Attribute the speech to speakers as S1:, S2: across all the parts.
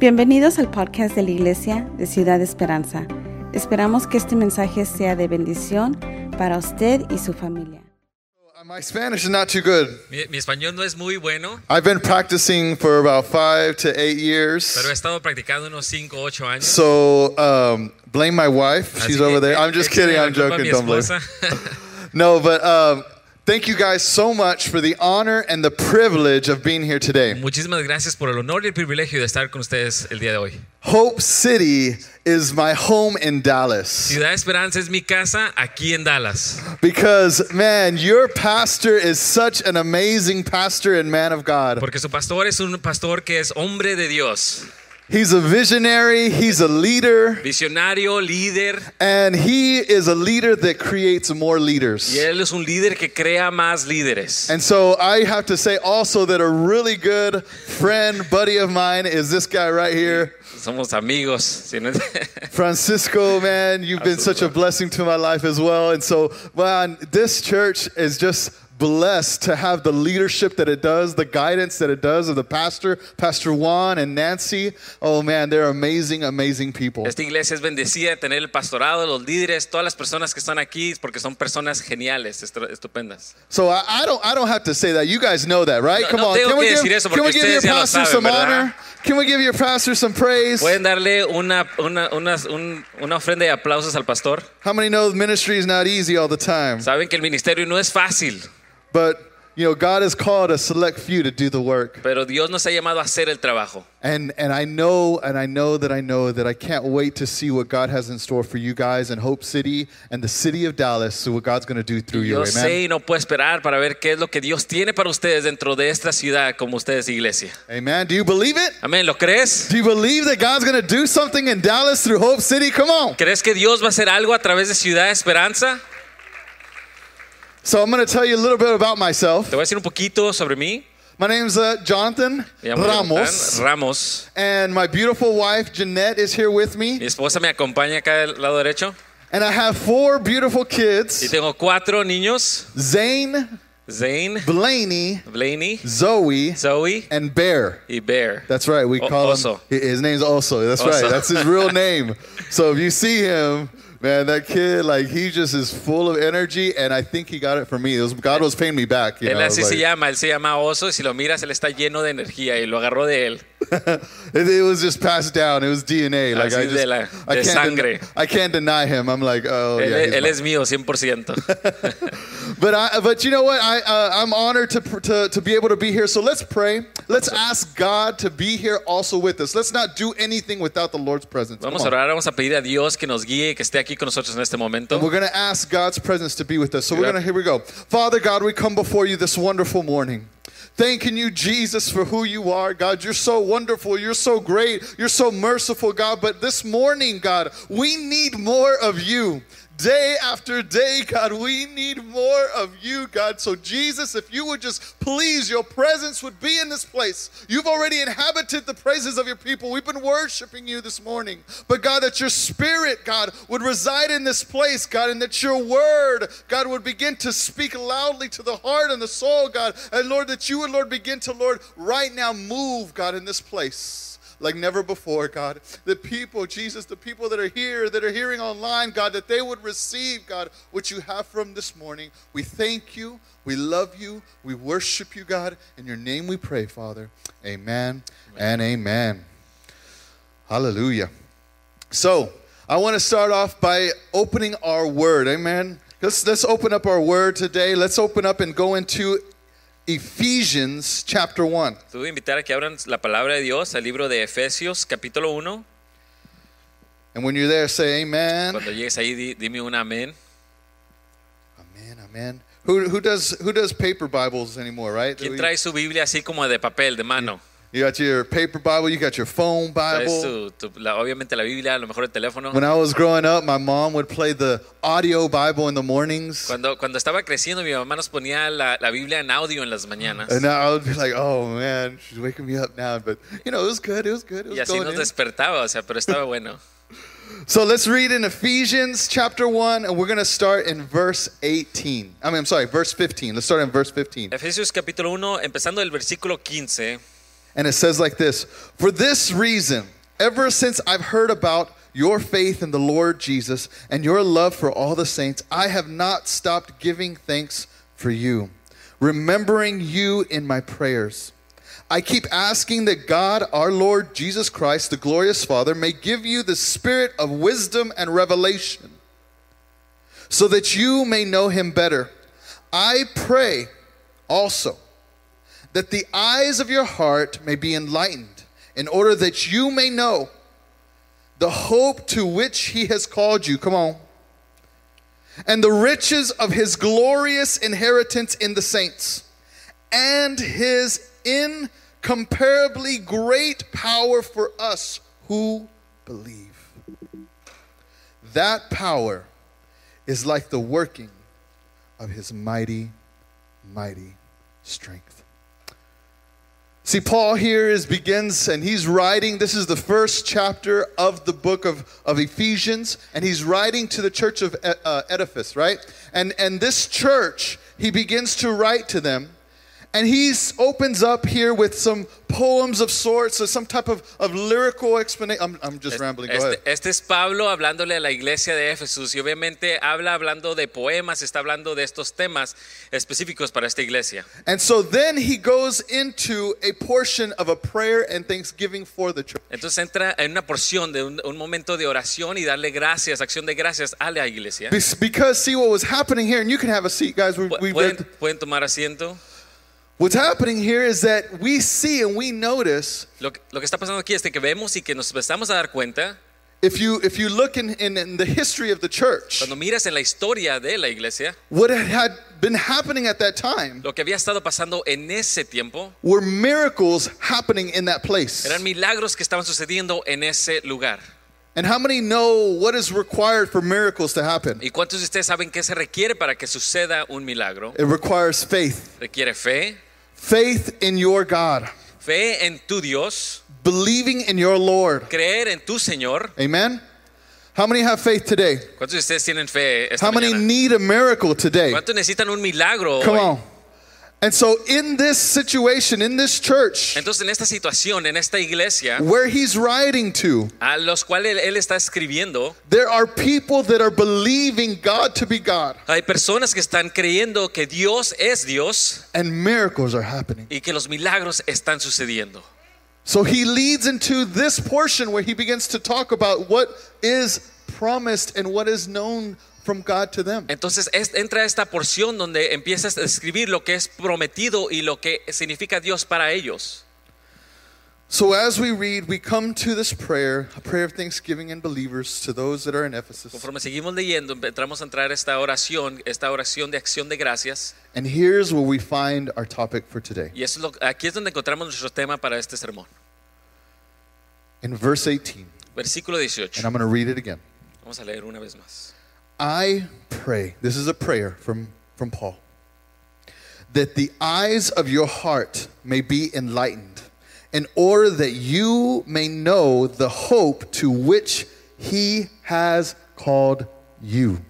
S1: Bienvenidos al podcast de la Iglesia de Ciudad Esperanza. Esperamos que este mensaje sea de bendición para usted y su familia.
S2: My Spanish is not too good.
S3: Mi, mi español no es muy bueno,
S2: I've been practicing for about five to eight
S3: pero he
S2: years.
S3: estado practicando unos 5 8 años.
S2: So um, blame my wife.
S3: Así
S2: She's
S3: que
S2: over there. I'm
S3: e-
S2: just
S3: échale
S2: kidding.
S3: la
S2: I'm
S3: culpa a mi
S2: joking. Don't blame.
S3: esposa.
S2: No, but um, thank you guys so much for the honor and the privilege of being here today.
S3: Muchísimas gracias por el honor y el privilegio de estar con ustedes el día de hoy.
S2: Hope City is my home in Dallas
S3: Ciudad Esperanza es mi casa aquí en Dallas.
S2: because, man, your pastor is such an amazing pastor and man of God.
S3: Porque su pastor es un pastor que es hombre de Dios,
S2: He's a visionary, he's a leader.
S3: visionario, líder,
S2: And he is a leader that creates more leaders.
S3: y él es un líder que crea más líderes.
S2: And so I have to say also that a really good friend, buddy of mine is this guy right here,
S3: Somos amigos. ¿sí? ¿no?
S2: Francisco, man. You've been such a blessing to my life as well. And so, man, this church is just blessed to have the leadership that it does, the guidance that it does of the pastor, Pastor Juan and Nancy. Oh, man, they're amazing, amazing people.
S3: Esta iglesia es bendecida de tener el pastorado, los líderes, todas las personas que están aquí, porque son personas geniales, estu- estupendas.
S2: So I, I don't I don't have to say that. You guys know that, right?
S3: No,
S2: Come
S3: no
S2: on.
S3: tengo
S2: Can we,
S3: que
S2: give,
S3: decir eso
S2: can we
S3: porque
S2: give your
S3: ustedes ya lo
S2: pastor
S3: saben,
S2: some
S3: ¿verdad?
S2: honor? Can we give your pastor some praise?
S3: ¿Pueden darle una, una, una, un- una ofrenda de aplausos al pastor?
S2: How many know ministry is not easy all the time?
S3: Saben que el ministerio no es fácil,
S2: But you know, God has called a select few to do the work.
S3: pero Dios nos ha llamado a hacer el trabajo.
S2: And and I know and I know that I know that I can't wait to see what God has in store for you guys in Hope City and the city of Dallas. So what God's gonna do through you,
S3: Yo sé
S2: amen.
S3: y no puedo esperar para ver qué es lo que Dios tiene para ustedes dentro de esta ciudad como ustedes iglesia.
S2: Amen. Do you believe it?
S3: Amén, ¿lo crees?
S2: Do you believe that God's gonna do something in Dallas through Hope City? Come on.
S3: ¿Crees que Dios va a hacer algo a través de Ciudad Esperanza?
S2: So I'm gonna tell you a little bit about myself.
S3: Te voy a decir un poquito sobre mí.
S2: My name's uh, Jonathan
S3: Me llamo
S2: Ramos,
S3: Jonathan Ramos.
S2: and my beautiful wife Jeanette is here with
S3: Mi
S2: me.
S3: esposa me acompaña acá del lado derecho.
S2: And I have four beautiful
S3: Y
S2: kids
S3: tengo cuatro niños.
S2: Zane,
S3: Zane,
S2: Blaney,
S3: Blaney,
S2: Zoe,
S3: Zoe
S2: and Bear.
S3: y Bear.
S2: That's right, we
S3: O-
S2: call him.
S3: Oso.
S2: His name's Oso. That's
S3: Oso.
S2: right, that's his real name. So if you see him, man, that kid, like, he just is full of energy, and I think he got it from me. It was, God was paying me back. You know?
S3: Él así
S2: like-
S3: se llama, él se llama Oso y si lo miras él está lleno de energía y lo agarró de él.
S2: It, it was just passed down. It was DNA. Like
S3: Así
S2: I
S3: de
S2: just,
S3: la-
S2: I,
S3: de
S2: can't den-
S3: sangre.
S2: I can't deny him. I'm like, oh
S3: él
S2: yeah. he's
S3: él
S2: mine.
S3: es mío 100%.
S2: But I, but you know what? I uh, I'm honored to, pr- to to be able to be here. So let's pray. Let's ask God to be here also with us. Let's not do anything without the Lord's presence. Come
S3: Vamos a
S2: on.
S3: orar, vamos a pedir a Dios que nos guíe y que esté aquí con nosotros en este momento.
S2: We're gonna ask God's presence to be with us. So we're
S3: Yeah.
S2: gonna here we go. Father God, we come before you this wonderful morning. Thanking you, Jesus, for who you are, God. You're so wonderful. You're so great. You're so merciful, God. But this morning, God, we need more of you. Day after day, God, we need more of you, God. So, Jesus, if you would just please, your presence would be in this place. You've already inhabited the praises of your people. We've been worshiping you this morning. But, God, that your spirit, God, would reside in this place, God, and that your word, God, would begin to speak loudly to the heart and the soul, God. And, Lord, that you would, Lord, begin to, Lord, right now move, God, in this place like never before, God. The people, Jesus, the people that are here, that are hearing online, God, that they would receive, God, what you have from this morning. We thank you. We love you. We worship you, God. In your name we pray, Father. Amen, and amen. Hallelujah. So, I want to start off by opening our word. Amen. Let's, let's open up our word today. Let's open up and go into Ephesians chapter 1.
S3: Te voy a invitar a que abran la palabra de Dios al libro de Efesios capítulo 1.
S2: And when you're there, say amen.
S3: Cuando llegues ahí di- dime un amén.
S2: Amen, amen. Who, who does who does paper Bibles anymore, right?
S3: ¿Quién trae su Biblia así como de papel, de mano?
S2: You got your paper Bible, you got your phone
S3: Traes
S2: Bible.
S3: tu- tu- la- obviamente la Biblia, a lo mejor el teléfono.
S2: When I was growing up, my mom would play the audio Bible in the mornings.
S3: Cuando, cuando estaba creciendo mi mamá nos ponía la, la Biblia en audio en las mañanas.
S2: And I would be like, oh man, she's waking me up now. But you know, it was good, it was good, it
S3: Y
S2: was
S3: así
S2: going
S3: nos
S2: in.
S3: despertaba, o sea, pero estaba bueno.
S2: So let's read in Ephesians chapter 1, and we're going to start in verse 18. I mean, I'm sorry, verse 15. Let's start in verse 15.
S3: Efesios capítulo 1, empezando el versículo 15.
S2: And it says like this For this reason, Ever since I've heard about your faith in the Lord Jesus and your love for all the saints, I have not stopped giving thanks for you, remembering you in my prayers. I keep asking that God, our Lord Jesus Christ, the glorious Father, may give you the spirit of wisdom and revelation so that you may know him better. I pray also that the eyes of your heart may be enlightened, in order that you may know the hope to which he has called you. Come on. And the riches of his glorious inheritance in the saints, and his incomparably great power for us who believe. That power is like the working of his mighty, mighty strength. See, Paul here is begins and he's writing. This is the first chapter of the book of, of Ephesians, and he's writing to the church of E- uh, Edifice, right? And and this church, he begins to write to them, and he opens up here with some poems of sorts, or some type of, of lyrical explanation. I'm, I'm just rambling. Go ahead.
S3: Este, este es Pablo hablándole a la iglesia de Éfesus y obviamente habla hablando de poemas, está hablando de estos temas específicos para esta iglesia.
S2: And so then he goes into a portion of a prayer and thanksgiving for the church.
S3: Entonces entra en una porción de un, un momento de oración y darle gracias, acción de gracias a la iglesia.
S2: Be- Because see what was happening here, and you can have a seat, guys. We,
S3: Pu-
S2: we
S3: pueden,
S2: read.
S3: pueden tomar asiento.
S2: What's happening here is that we see and we notice.
S3: Lo que, lo que está pasando aquí es de que vemos y que nos empezamos a dar cuenta,
S2: If you if you look in, in, in the history of the church,
S3: cuando miras en la historia de la iglesia,
S2: what had been happening at that time
S3: lo que había estado pasando en ese tiempo
S2: were miracles happening in that place.
S3: eran milagros que estaban sucediendo en ese lugar.
S2: And how many know what is required for miracles to happen?
S3: ¿Y cuántos de ustedes saben qué se requiere para que suceda un milagro?
S2: It requires faith.
S3: Requiere fe,
S2: Faith in your God,
S3: fe en tu Dios,
S2: believing in your Lord.
S3: creer en tu Señor.
S2: Amen. How many have faith today?
S3: ¿Cuántos de ustedes tienen fe esta
S2: How many
S3: mañana?
S2: need a miracle today?
S3: ¿Cuántos necesitan un milagro
S2: Come
S3: hoy?
S2: on. And so, in this situation, in this church
S3: Entonces, en esta situación, en esta iglesia,
S2: where he's writing to,
S3: a los cuales él, él está escribiendo,
S2: there are people that are believing God to be God,
S3: hay personas que están creyendo que Dios es Dios
S2: and miracles are happening.
S3: y que los milagros están sucediendo.
S2: So, he leads into this portion where he begins to talk about what is promised and what is known from God to them.
S3: Entonces es- entra esta porción donde empiezas a describir lo que es prometido y lo que significa Dios para ellos.
S2: So, as we read, we come to this prayer, a prayer of thanksgiving and believers to those that are in Ephesus.
S3: Conforme seguimos leyendo, entramos a entrar a esta oración, esta oración de acción de gracias.
S2: And here's where we find our topic for today.
S3: Y eso es lo- aquí es donde encontramos nuestro tema para este sermón.
S2: In verse 18,
S3: Versículo
S2: and
S3: 18.
S2: I'm going to read it again.
S3: Vamos a leer una vez más.
S2: I pray, this is a prayer from, from Paul, that the eyes of your heart may be enlightened, in order that you may know the hope to which he has called you,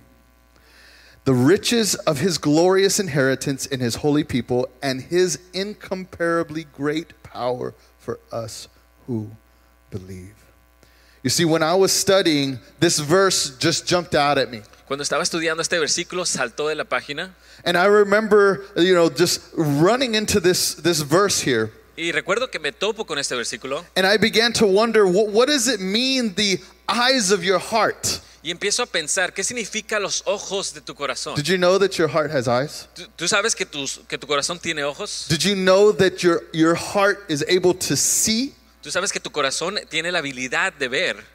S2: the riches of his glorious inheritance in his holy people, and his incomparably great power for us who believe. You see, when I was studying, this verse just jumped out at me.
S3: Cuando estaba estudiando este versículo, saltó de la página.
S2: And I remember, you know, just running into this this verse here,
S3: Y recuerdo que me topo con este versículo
S2: and I began to wonder, what, what does it mean? The eyes of your heart.
S3: y empiezo a pensar, ¿qué significa los ojos de tu corazón?
S2: Did you know that your heart has eyes?
S3: ¿Tú, tú sabes que, tus- que tu corazón tiene ojos?
S2: Did you know that your your heart is able to see?
S3: Tú sabes que tu corazón tiene la habilidad de ver.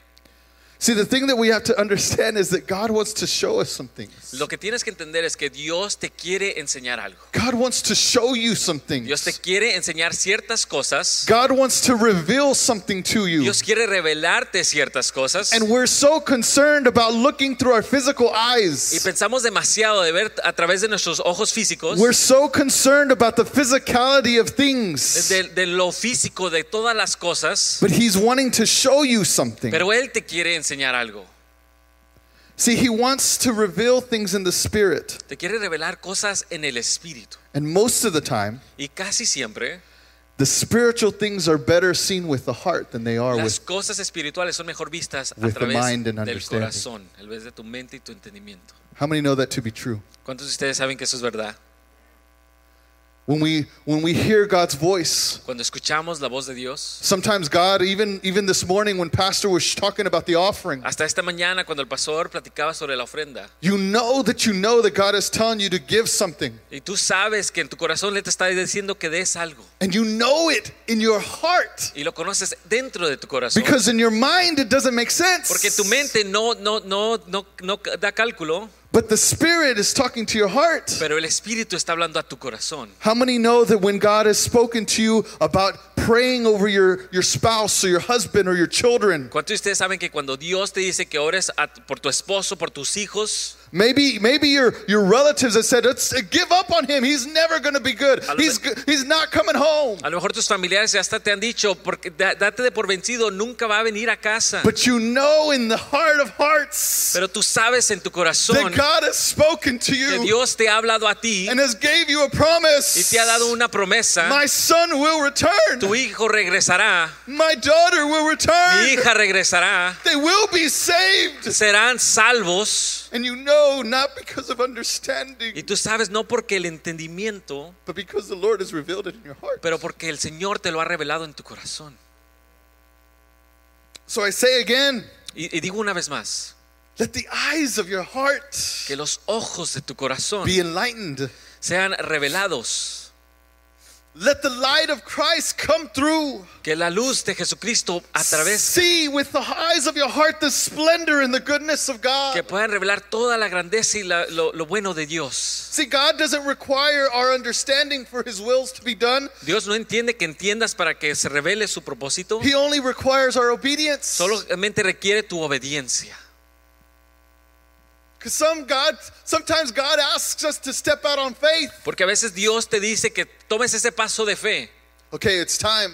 S2: See, the thing that we have to understand is that God wants to show us some things.
S3: Lo que tienes que entender es que Dios te quiere enseñar algo.
S2: God wants to show you some
S3: Dios te
S2: things.
S3: quiere enseñar ciertas cosas.
S2: God wants to reveal something to you.
S3: Dios quiere revelarte ciertas cosas.
S2: And we're so concerned about looking through our physical
S3: Y
S2: eyes.
S3: pensamos demasiado de ver a través de nuestros ojos físicos,
S2: We're so concerned about the physicality of things.
S3: de, de lo físico, de todas las cosas.
S2: But he's wanting to show you something.
S3: Pero Él te quiere enseñar algo.
S2: See, he wants to reveal things in the spirit.
S3: Te quiere revelar cosas en el espíritu.
S2: And most of the time,
S3: Y casi siempre
S2: The spiritual things are better seen with the heart than they are
S3: Las
S2: with.
S3: cosas espirituales son mejor vistas a
S2: with the
S3: través
S2: mind and
S3: del
S2: understanding.
S3: corazón, a través de tu mente y tu entendimiento.
S2: How many know that to be true?
S3: ¿Cuántos de ustedes saben que eso es verdad?
S2: When we when we hear God's voice,
S3: Cuando escuchamos la voz de Dios,
S2: sometimes God, even even this morning when Pastor was talking about the offering,
S3: hasta esta mañana cuando el pastor platicaba sobre la ofrenda,
S2: you know that you know that God is telling you to give something,
S3: y tú sabes que en tu corazón le te está diciendo que des algo,
S2: and you know it in your heart
S3: y lo conoces dentro de tu corazón,
S2: because in your mind it doesn't make sense.
S3: porque tu mente no, no, no, no, no da cálculo,
S2: But the Spirit is talking to your heart.
S3: pero el Espíritu está hablando a tu corazón.
S2: How many know that when God has spoken to you about praying over your, your spouse or your husband or your children,
S3: ¿Cuántos de ustedes saben que cuando Dios te dice que ores a- por tu esposo, por tus hijos,
S2: maybe maybe your, your relatives have said, Let's give up on him. He's never going to be good.
S3: lo
S2: He's, g- he's not coming home.
S3: a lo mejor tus familiares ya hasta te han dicho, porque da- date de por vencido, nunca va a venir a casa.
S2: But you know in the heart of hearts
S3: Pero tú sabes en tu corazón
S2: that God has spoken to
S3: que
S2: you
S3: Dios te ha hablado a ti
S2: and has gave you a
S3: y
S2: promise.
S3: te ha dado una promesa.
S2: My son will
S3: Tu
S2: return.
S3: hijo regresará,
S2: My daughter will
S3: mi
S2: return.
S3: hija regresará,
S2: They will be saved.
S3: serán salvos.
S2: And you know, not because of understanding.
S3: Y tú sabes, no porque el entendimiento,
S2: But because the Lord has revealed it in your heart.
S3: pero porque el Señor te lo ha revelado en tu corazón.
S2: So I say again,
S3: Y, y digo una vez más,
S2: let the eyes of your heart
S3: que los ojos de tu corazón
S2: be enlightened.
S3: sean revelados.
S2: Let the light of Christ come through.
S3: Que la luz de Jesucristo a través
S2: See with the eyes of your heart the splendor and the goodness of
S3: que
S2: God.
S3: puedan revelar toda la grandeza y la- lo, lo bueno de Dios.
S2: See, God doesn't require our understanding for His wills to be done.
S3: Dios no entiende que entiendas para que se revele su propósito.
S2: He only requires our obedience.
S3: Solamente requiere tu obediencia.
S2: Because some God, sometimes God asks us to step out on faith.
S3: Porque a veces Dios te dice que tomes ese paso de fe.
S2: Okay, it's time.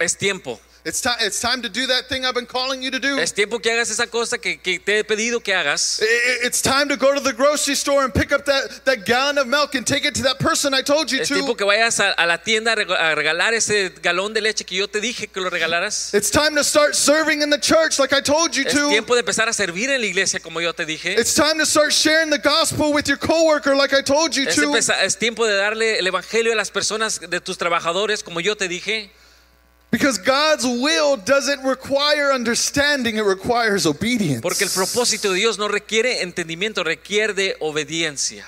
S3: Es tiempo.
S2: It's time. It's time to do that thing I've been calling you to do.
S3: Es tiempo que hagas esa cosa que, que te he pedido que hagas.
S2: I- I- It's time to go to the grocery store and pick up that, that gallon of milk and take it to that person I told you
S3: Es tiempo
S2: to.
S3: que vayas a, a la tienda a reg- a regalar ese galón de leche que yo te dije que lo regalaras.
S2: It's time to start serving in the church like I told you
S3: Es
S2: to.
S3: tiempo de empezar a servir en la iglesia como yo te dije.
S2: It's time to start sharing the gospel with your coworker like I told you
S3: Es,
S2: to.
S3: empeza- es tiempo de darle el evangelio a las personas de tus trabajadores, como yo te dije,
S2: Because God's will doesn't require understanding, it requires obedience.
S3: porque el propósito de Dios no requiere entendimiento, requiere de obediencia.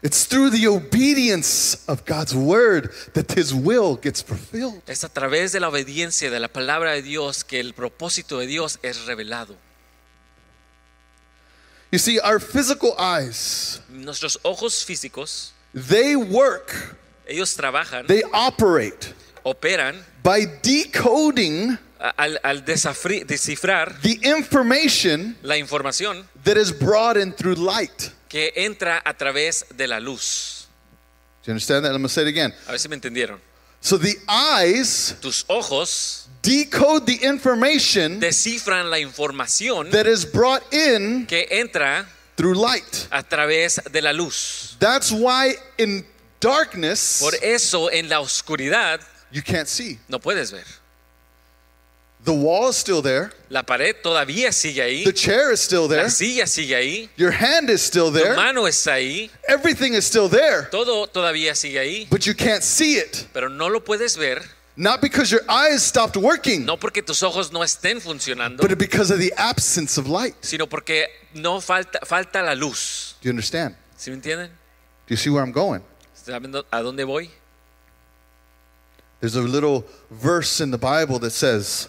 S2: It's through the obedience of God's word that his will gets fulfilled.
S3: Es a través de la obediencia de la palabra de Dios que el propósito de Dios es revelado.
S2: You see, our physical eyes,
S3: Nuestros ojos físicos,
S2: they work,
S3: ellos trabajan,
S2: they operate
S3: operan
S2: by decoding
S3: a- al, al desafri- descifrar
S2: the information
S3: la información
S2: that is brought in through light.
S3: que entra a través de la luz.
S2: Do you understand that? I'm going to say it again.
S3: A ver si me entendieron.
S2: So the eyes
S3: Tus ojos
S2: decode the information
S3: descifran la información
S2: that is brought in
S3: que entra
S2: through light.
S3: a través de la luz.
S2: That's why in darkness
S3: Por eso en la oscuridad
S2: you can't see.
S3: no puedes ver.
S2: The wall is still there,
S3: La pared todavía sigue ahí,
S2: the chair is still there,
S3: la silla sigue ahí,
S2: your hand is still
S3: tu
S2: there,
S3: mano está ahí,
S2: everything is still there,
S3: todo todavía sigue ahí,
S2: but you can't see it.
S3: pero no lo puedes ver,
S2: Not because your eyes stopped working,
S3: no porque tus ojos no estén funcionando,
S2: but because of the absence of light.
S3: sino porque no falta, falta la luz.
S2: Do you understand?
S3: ¿Sí me entienden?
S2: Do you see where I'm going?
S3: ¿Saben dó- a dónde voy?
S2: There's a little verse in the Bible that says,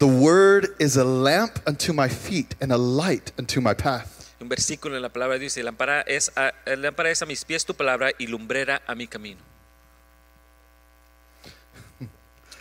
S2: The word is a lamp unto my feet and a light unto my path.
S3: Un versículo en la palabra de Dios dice, lámpara es, a, lámpara es a mis pies tu palabra y lumbrera a mi camino.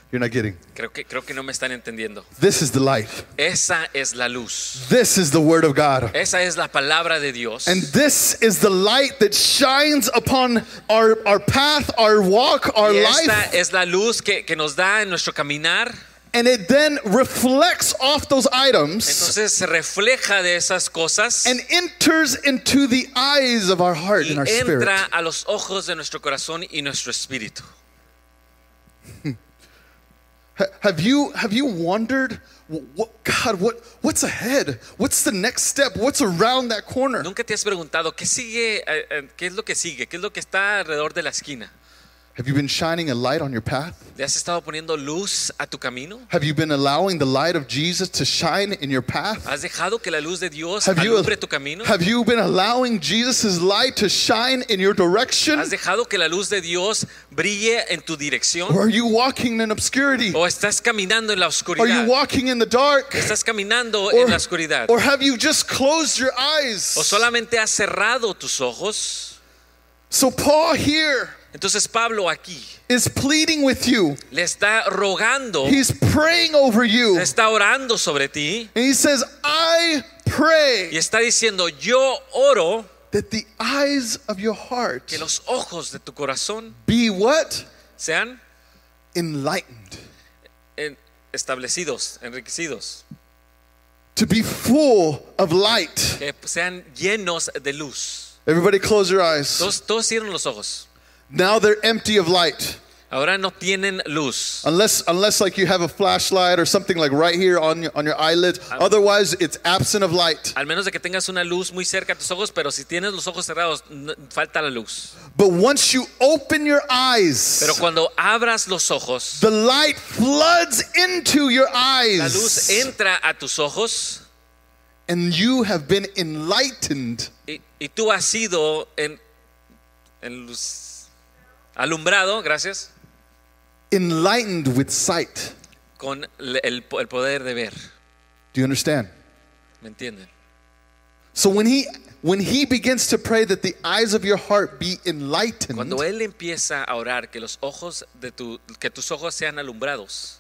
S2: You're not kidding.
S3: Creo que, creo que no me están entendiendo.
S2: This is the light.
S3: Esa es la luz.
S2: This is the word of God.
S3: Esa es la palabra de Dios.
S2: And this is the light that shines upon our, our path, our walk, our
S3: Y esta
S2: life.
S3: es la luz que, que nos da en nuestro caminar
S2: and it then reflects off those items
S3: Entonces se refleja de esas cosas
S2: and enters into the eyes of our heart
S3: y
S2: and our spirit.
S3: entra a los ojos de nuestro corazón y nuestro espíritu.
S2: Ha- Have you have you wondered wh- what God what what's ahead? What's the next step? What's around that corner?
S3: Nunca te has preguntado qué sigue, eh, eh, qué es lo que sigue, qué es lo que está alrededor de la esquina.
S2: Have you been shining a light on your path?
S3: ¿Le has estado poniendo luz a tu camino?
S2: Have you been allowing the light of Jesus to shine in your path?
S3: ¿Has dejado que la luz de Dios
S2: Have you,
S3: alumbre tu camino?
S2: have you been allowing Jesus' light to shine in your direction?
S3: ¿Has dejado que la luz de Dios brille en tu dirección?
S2: Or are you walking in obscurity?
S3: ¿O estás caminando en la
S2: Are you
S3: oscuridad?
S2: walking in the dark?
S3: ¿Estás caminando
S2: Or,
S3: en la oscuridad?
S2: or have you just closed your
S3: ¿O
S2: eyes?
S3: solamente has cerrado tus ojos?
S2: So, Paul here
S3: Entonces Pablo aquí
S2: is pleading with you,
S3: le está rogando,
S2: he's praying over you.
S3: le está orando sobre ti
S2: And he says, I
S3: y
S2: pray
S3: está diciendo, yo oro
S2: that the eyes of your heart
S3: que los ojos de tu corazón
S2: be what?
S3: sean
S2: Enlightened.
S3: en- establecidos, enriquecidos,
S2: To be full of light.
S3: que sean llenos de luz.
S2: Everybody close your eyes.
S3: Todos, todos cierran los ojos.
S2: Now they're empty of light.
S3: Ahora no tienen luz.
S2: Unless, unless like you have a flashlight or something like right here on your, on your eyelid. Otherwise, it's absent of light.
S3: Al menos de que tengas una luz muy cerca a tus ojos, pero si tienes los ojos cerrados, n- falta la luz.
S2: But once you open your
S3: Pero
S2: eyes,
S3: cuando abras los ojos,
S2: the light floods into your
S3: la luz
S2: eyes.
S3: entra a tus ojos
S2: And you have been enlightened.
S3: y, y tú has sido en, en luz- alumbrado, gracias,
S2: Enlightened with sight.
S3: con le- el, po- el poder de ver.
S2: Do you understand?
S3: ¿Me entienden?
S2: So when he when he begins to pray that the eyes of your heart be enlightened,
S3: Cuando él empieza a orar que los ojos de tu que tus ojos sean alumbrados,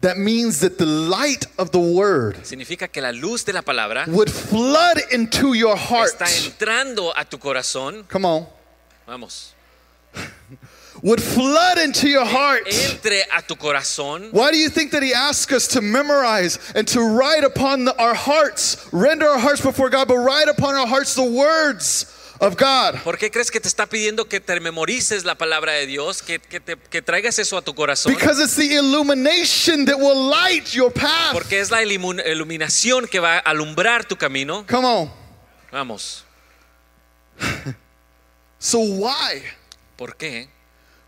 S2: that means that the light of the word
S3: significa que la luz de la palabra
S2: would flood into your heart.
S3: está entrando a tu corazón.
S2: Come on.
S3: Vamos.
S2: Would flood into your heart.
S3: Entre a tu corazón.
S2: Why do you think that he asks us to memorize and to write upon the, our hearts, render our hearts before God, but write upon our hearts the words of God?
S3: ¿Por qué crees que te está pidiendo que te memorices la palabra de Dios, que, que te- que traigas eso a tu corazón?
S2: Because it's the illumination that will light your path.
S3: Porque es la ilumun- iluminación que va a alumbrar tu camino.
S2: Come on.
S3: Vamos,
S2: So why
S3: ¿por qué?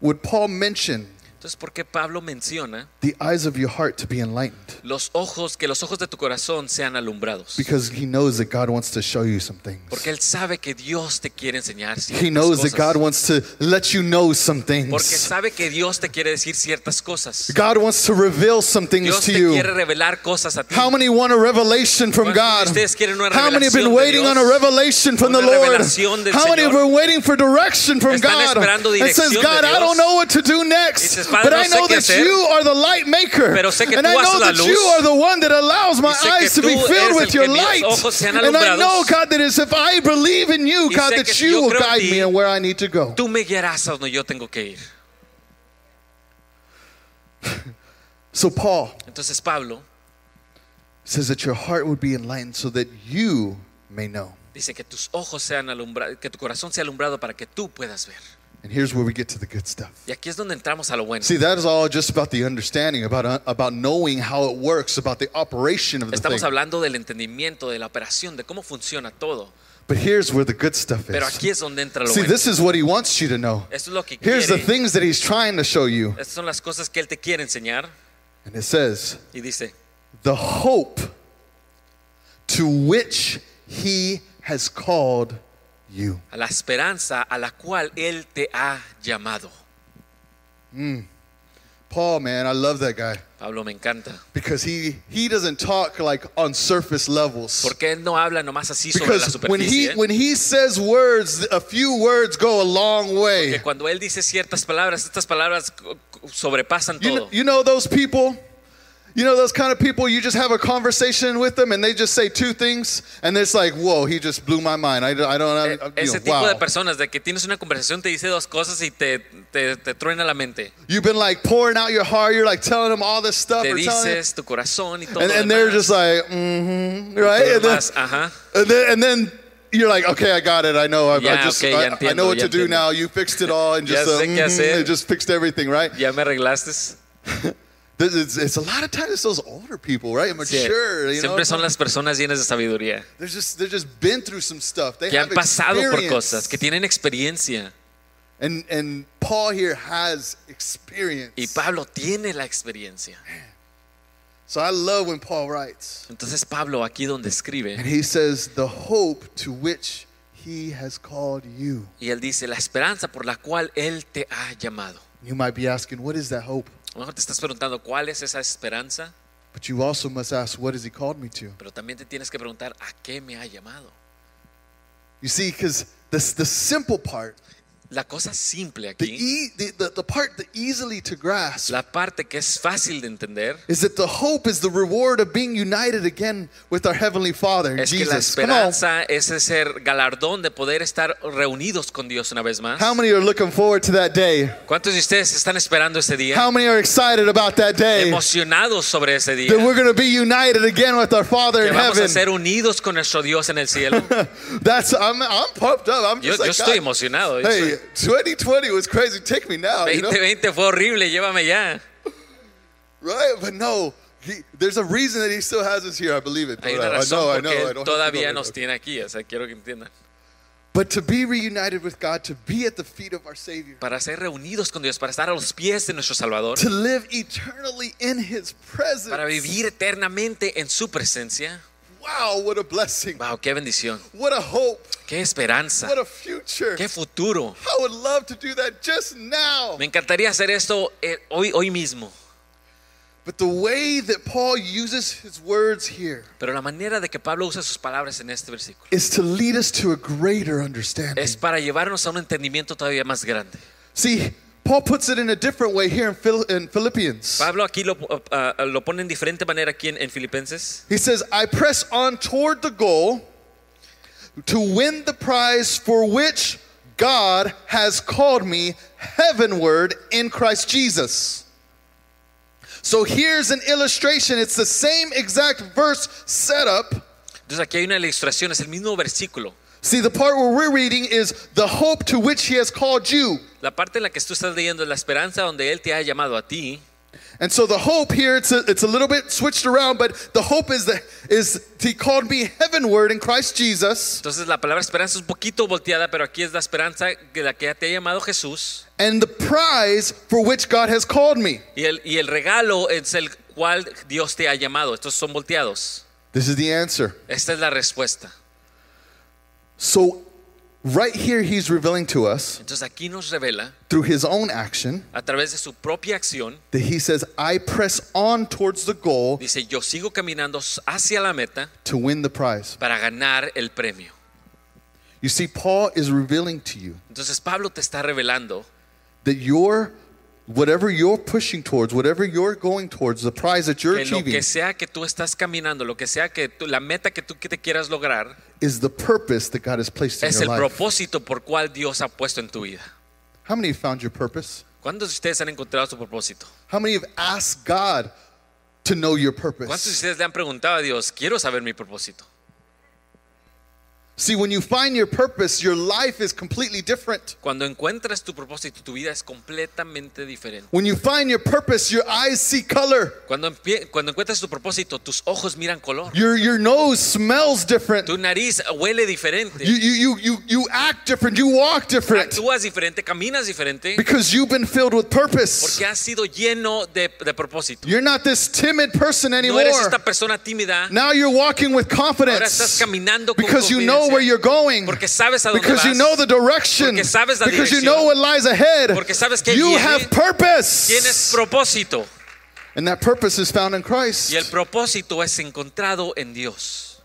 S2: would Paul mention
S3: Entonces, ¿por qué Pablo menciona
S2: the eyes of your heart to be enlightened
S3: los ojos, que los ojos de tu corazón sean alumbrados?
S2: because he knows that God wants to show you some
S3: Porque
S2: things.
S3: él sabe que Dios te quiere enseñar
S2: He
S3: ciertas
S2: knows that God
S3: cosas.
S2: wants to let you know some
S3: Porque
S2: things.
S3: sabe que Dios te quiere decir ciertas cosas.
S2: God wants to reveal some things
S3: Dios
S2: to
S3: te quiere
S2: you.
S3: revelar cosas a ti.
S2: How many want a revelation from God?
S3: ¿Cuántos de ustedes quieren una
S2: How many have
S3: revelación
S2: been
S3: de
S2: waiting on a
S3: Dios?
S2: revelation from the
S3: Una
S2: Lord?
S3: revelación del
S2: How many
S3: Señor?
S2: have been waiting for direction from
S3: Están
S2: God?
S3: esperando
S2: It says,
S3: dirección de
S2: God, I don't
S3: Dios.
S2: know what to do next,
S3: Dices, "Padre,
S2: but I
S3: no sé
S2: know
S3: qué
S2: that
S3: hacer,
S2: you are the light maker.
S3: pero sé que
S2: And
S3: tú
S2: I know
S3: haces la
S2: that you
S3: luz,
S2: are the one that allows my
S3: y sé que
S2: eyes to be
S3: tú
S2: filled
S3: eres
S2: with
S3: el
S2: your
S3: que mis
S2: light.
S3: ojos sean
S2: And I know,
S3: alumbrados.
S2: God, that is if I believe in you,
S3: Y
S2: God,
S3: sé que
S2: that
S3: si
S2: you
S3: yo
S2: will
S3: creo en
S2: guide
S3: ti,
S2: me and where I need to go.
S3: Tú me guiarás a donde yo tengo que ir.
S2: So Paul
S3: Entonces, Pablo
S2: says that your heart would be enlightened so that you may know.
S3: Dice que tus ojos sean alumbrados, que tu corazón sea alumbrado para que tú puedas ver.
S2: And here's where we get to the good stuff.
S3: Y aquí es donde entramos a lo bueno.
S2: See, that is all just about the understanding, about uh, about knowing how it works, about the operation of the
S3: Estamos
S2: thing.
S3: hablando del entendimiento, de la operación, de cómo funciona todo.
S2: But here's where the good stuff
S3: Pero
S2: is.
S3: aquí es donde entra lo
S2: See,
S3: bueno.
S2: this is what he wants you to know.
S3: Esto es lo que
S2: Here's the
S3: quiere.
S2: things that he's trying to show you.
S3: Estas son las cosas que él te quiere enseñar.
S2: And it says,
S3: Y dice,
S2: the hope to which he has called you.
S3: a la esperanza a la cual él te ha llamado.
S2: Paul, man, I love that guy
S3: Pablo me encanta.
S2: because he he doesn't talk like on surface levels.
S3: Porque él no habla nomás así sobre la
S2: Because when he
S3: superficie.
S2: when he says words, a few words go a long way.
S3: Que cuando él dice ciertas palabras, estas palabras c- c- sobrepasan
S2: You know,
S3: todo.
S2: you know those people? You know those kind of people you just have a conversation with them and they just say two things and it's like, whoa, he just blew my mind. I, I
S3: E-
S2: don't know.
S3: ese
S2: You
S3: tipo
S2: know,
S3: de
S2: wow.
S3: personas de que tienes una conversación, te dice dos cosas y te, te, te truena la mente.
S2: You've been like pouring out your heart. You're like telling them all this stuff.
S3: Te
S2: or telling them-
S3: dices tu corazón y todo.
S2: and,
S3: lo
S2: and they're
S3: demás.
S2: just like, mm-hmm, right?
S3: Todo
S2: And
S3: lo
S2: then,
S3: demás, ajá.
S2: and then, and then you're like, okay, I got it. I know. I, I
S3: Ya,
S2: just,
S3: okay,
S2: I,
S3: ya
S2: I know
S3: entiendo,
S2: what
S3: ya
S2: to do
S3: entiendo.
S2: now. You fixed it all, and
S3: Ya
S2: just, uh,
S3: sé qué
S2: mhm,
S3: hacer.
S2: it just fixed everything, right?
S3: Ya me arreglaste.
S2: This is, it's a lot of times it's those older people, right?
S3: Sí.
S2: Mature, you know.
S3: Siempre son las personas llenas de sabiduría.
S2: They're just they're just been through some stuff. They
S3: Que han
S2: have
S3: pasado por
S2: experience.
S3: cosas, que tienen experiencia.
S2: And and Paul here has
S3: Y
S2: experience.
S3: Pablo tiene la experiencia.
S2: So I love when Paul writes,
S3: Entonces Pablo aquí donde
S2: and
S3: escribe,
S2: he says, "The hope to which he has called you."
S3: y él dice, la esperanza por la cual él te ha llamado.
S2: You might be asking, "What is that hope?"
S3: A lo mejor te estás preguntando cuál es esa esperanza,
S2: But you also must ask, "What has he called me to?"
S3: pero también te tienes que preguntar a qué me ha llamado.
S2: You see, because this the simple part,
S3: La cosa simple
S2: the,
S3: aquí,
S2: e- the, the the part that easily to grasp
S3: la parte que es fácil de entender,
S2: is that the hope is the reward of being united again with our heavenly Father,
S3: es que la
S2: Jesus. Come on.
S3: esperanza es ese galardón de poder estar reunidos con Dios una vez más.
S2: How many are looking forward to that day?
S3: ¿Cuántos de ustedes están esperando ese día?
S2: How many are excited about that day?
S3: Emocionados sobre ese día.
S2: That we're going to be united again with our Father
S3: Que
S2: in
S3: vamos a
S2: heaven.
S3: ser unidos con nuestro Dios en el cielo.
S2: That's I'm I'm pumped up. I'm
S3: Yo,
S2: just
S3: yo
S2: like
S3: estoy
S2: God,
S3: emocionado. yo
S2: Hey,
S3: estoy-
S2: 2020 was crazy. Take me now, you know?
S3: 2020 fue horrible, llévame ya.
S2: Right? But no, he, there's a reason that he still has us here. I believe it.
S3: Hay
S2: But uh,
S3: una
S2: I- I know,
S3: razón
S2: I know.
S3: porque
S2: I
S3: él
S2: don't have to
S3: todavía
S2: know.
S3: nos tiene aquí, o sea, quiero que entiendan.
S2: But to be reunited with God, to be at the feet of our Savior,
S3: Para ser reunidos con Dios, para estar a los pies de nuestro Salvador,
S2: to live eternally in His presence.
S3: para vivir eternamente en su presencia.
S2: Wow, what a blessing.
S3: Wow, qué bendición,
S2: What a hope.
S3: qué esperanza,
S2: What a future.
S3: qué futuro.
S2: I would love to do that just now.
S3: Me encantaría hacer esto eh, hoy, hoy mismo.
S2: But the way that Paul uses his words here
S3: Pero la manera de que Pablo usa sus palabras en este versículo
S2: is to lead us to a greater understanding.
S3: es para llevarnos a un entendimiento todavía más grande.
S2: See, Paul puts it in a different way here in, Phil- in Philippians.
S3: Pablo aquí lo, ah, ah, lo pone en diferente manera aquí en, en Filipenses.
S2: He says, I press on toward the goal to win the prize for which God has called me heavenward in Christ Jesus. So here's an illustration. It's the same exact verse setup.
S3: Entonces aquí hay una ilustración, es el mismo versículo.
S2: See, the part where we're reading is the hope to which he has called you.
S3: La parte en la que tú estás leyendo es la esperanza donde Él te ha llamado a ti.
S2: And so the hope here, it's a, it's a little bit switched around, but the hope is that is he called me heavenward in Christ Jesus.
S3: Entonces la palabra esperanza es un poquito volteada, pero aquí es la esperanza de la que te ha llamado Jesús.
S2: and the prize for which God has called me.
S3: Y el, y el regalo es el cual Dios te ha llamado. Estos son volteados.
S2: This is the answer.
S3: Esta es la respuesta.
S2: So, right here, he's revealing to us
S3: Entonces aquí nos revela,
S2: through his own action
S3: a través de su propia acción,
S2: that he says, I press on towards the goal
S3: dice, yo sigo caminando hacia la meta
S2: to win the prize.
S3: para ganar el premio.
S2: You see, Paul is revealing to you
S3: Entonces Pablo te está revelando
S2: that your whatever you're pushing towards, whatever you're going towards, the prize that you're
S3: que lo
S2: achieving
S3: que sea que tú estás caminando, lo que sea que tú- la meta que tú que te quieras lograr,
S2: is the purpose that God has placed in
S3: es
S2: your
S3: el
S2: life.
S3: propósito por cual Dios ha puesto en tu vida.
S2: How many have found your purpose?
S3: ¿Cuántos de ustedes han encontrado su propósito?
S2: How many have asked God to know your
S3: ¿Cuántos de
S2: purpose?
S3: ustedes le han preguntado a Dios, quiero saber mi propósito?
S2: See, when you find your purpose, your life is completely different.
S3: Cuando encuentras tu propósito, tu vida es completamente diferente.
S2: When you find your purpose, your eyes see color.
S3: Cuando, empie- cuando encuentras tu propósito, tus ojos miran color.
S2: Your your nose smells different.
S3: Tu nariz huele diferente.
S2: You you you you, you act different. You walk different
S3: Actúas diferente, caminas diferente,
S2: because you've been filled with purpose.
S3: porque has sido lleno de, de propósito.
S2: You're not this timid person
S3: No eres esta
S2: anymore.
S3: persona tímida,
S2: Now you're walking with
S3: ahora
S2: confidence
S3: estás caminando con
S2: because you know
S3: confianza,
S2: where you're going.
S3: porque sabes a dónde
S2: Because you
S3: vas,
S2: know the direction.
S3: Porque sabes la
S2: Because you
S3: dirección.
S2: know what lies ahead.
S3: Porque sabes que
S2: You
S3: viene.
S2: have
S3: tienes
S2: purpose.
S3: propósito.
S2: And that purpose is found in
S3: Y el
S2: Christ.
S3: propósito es encontrado en Dios.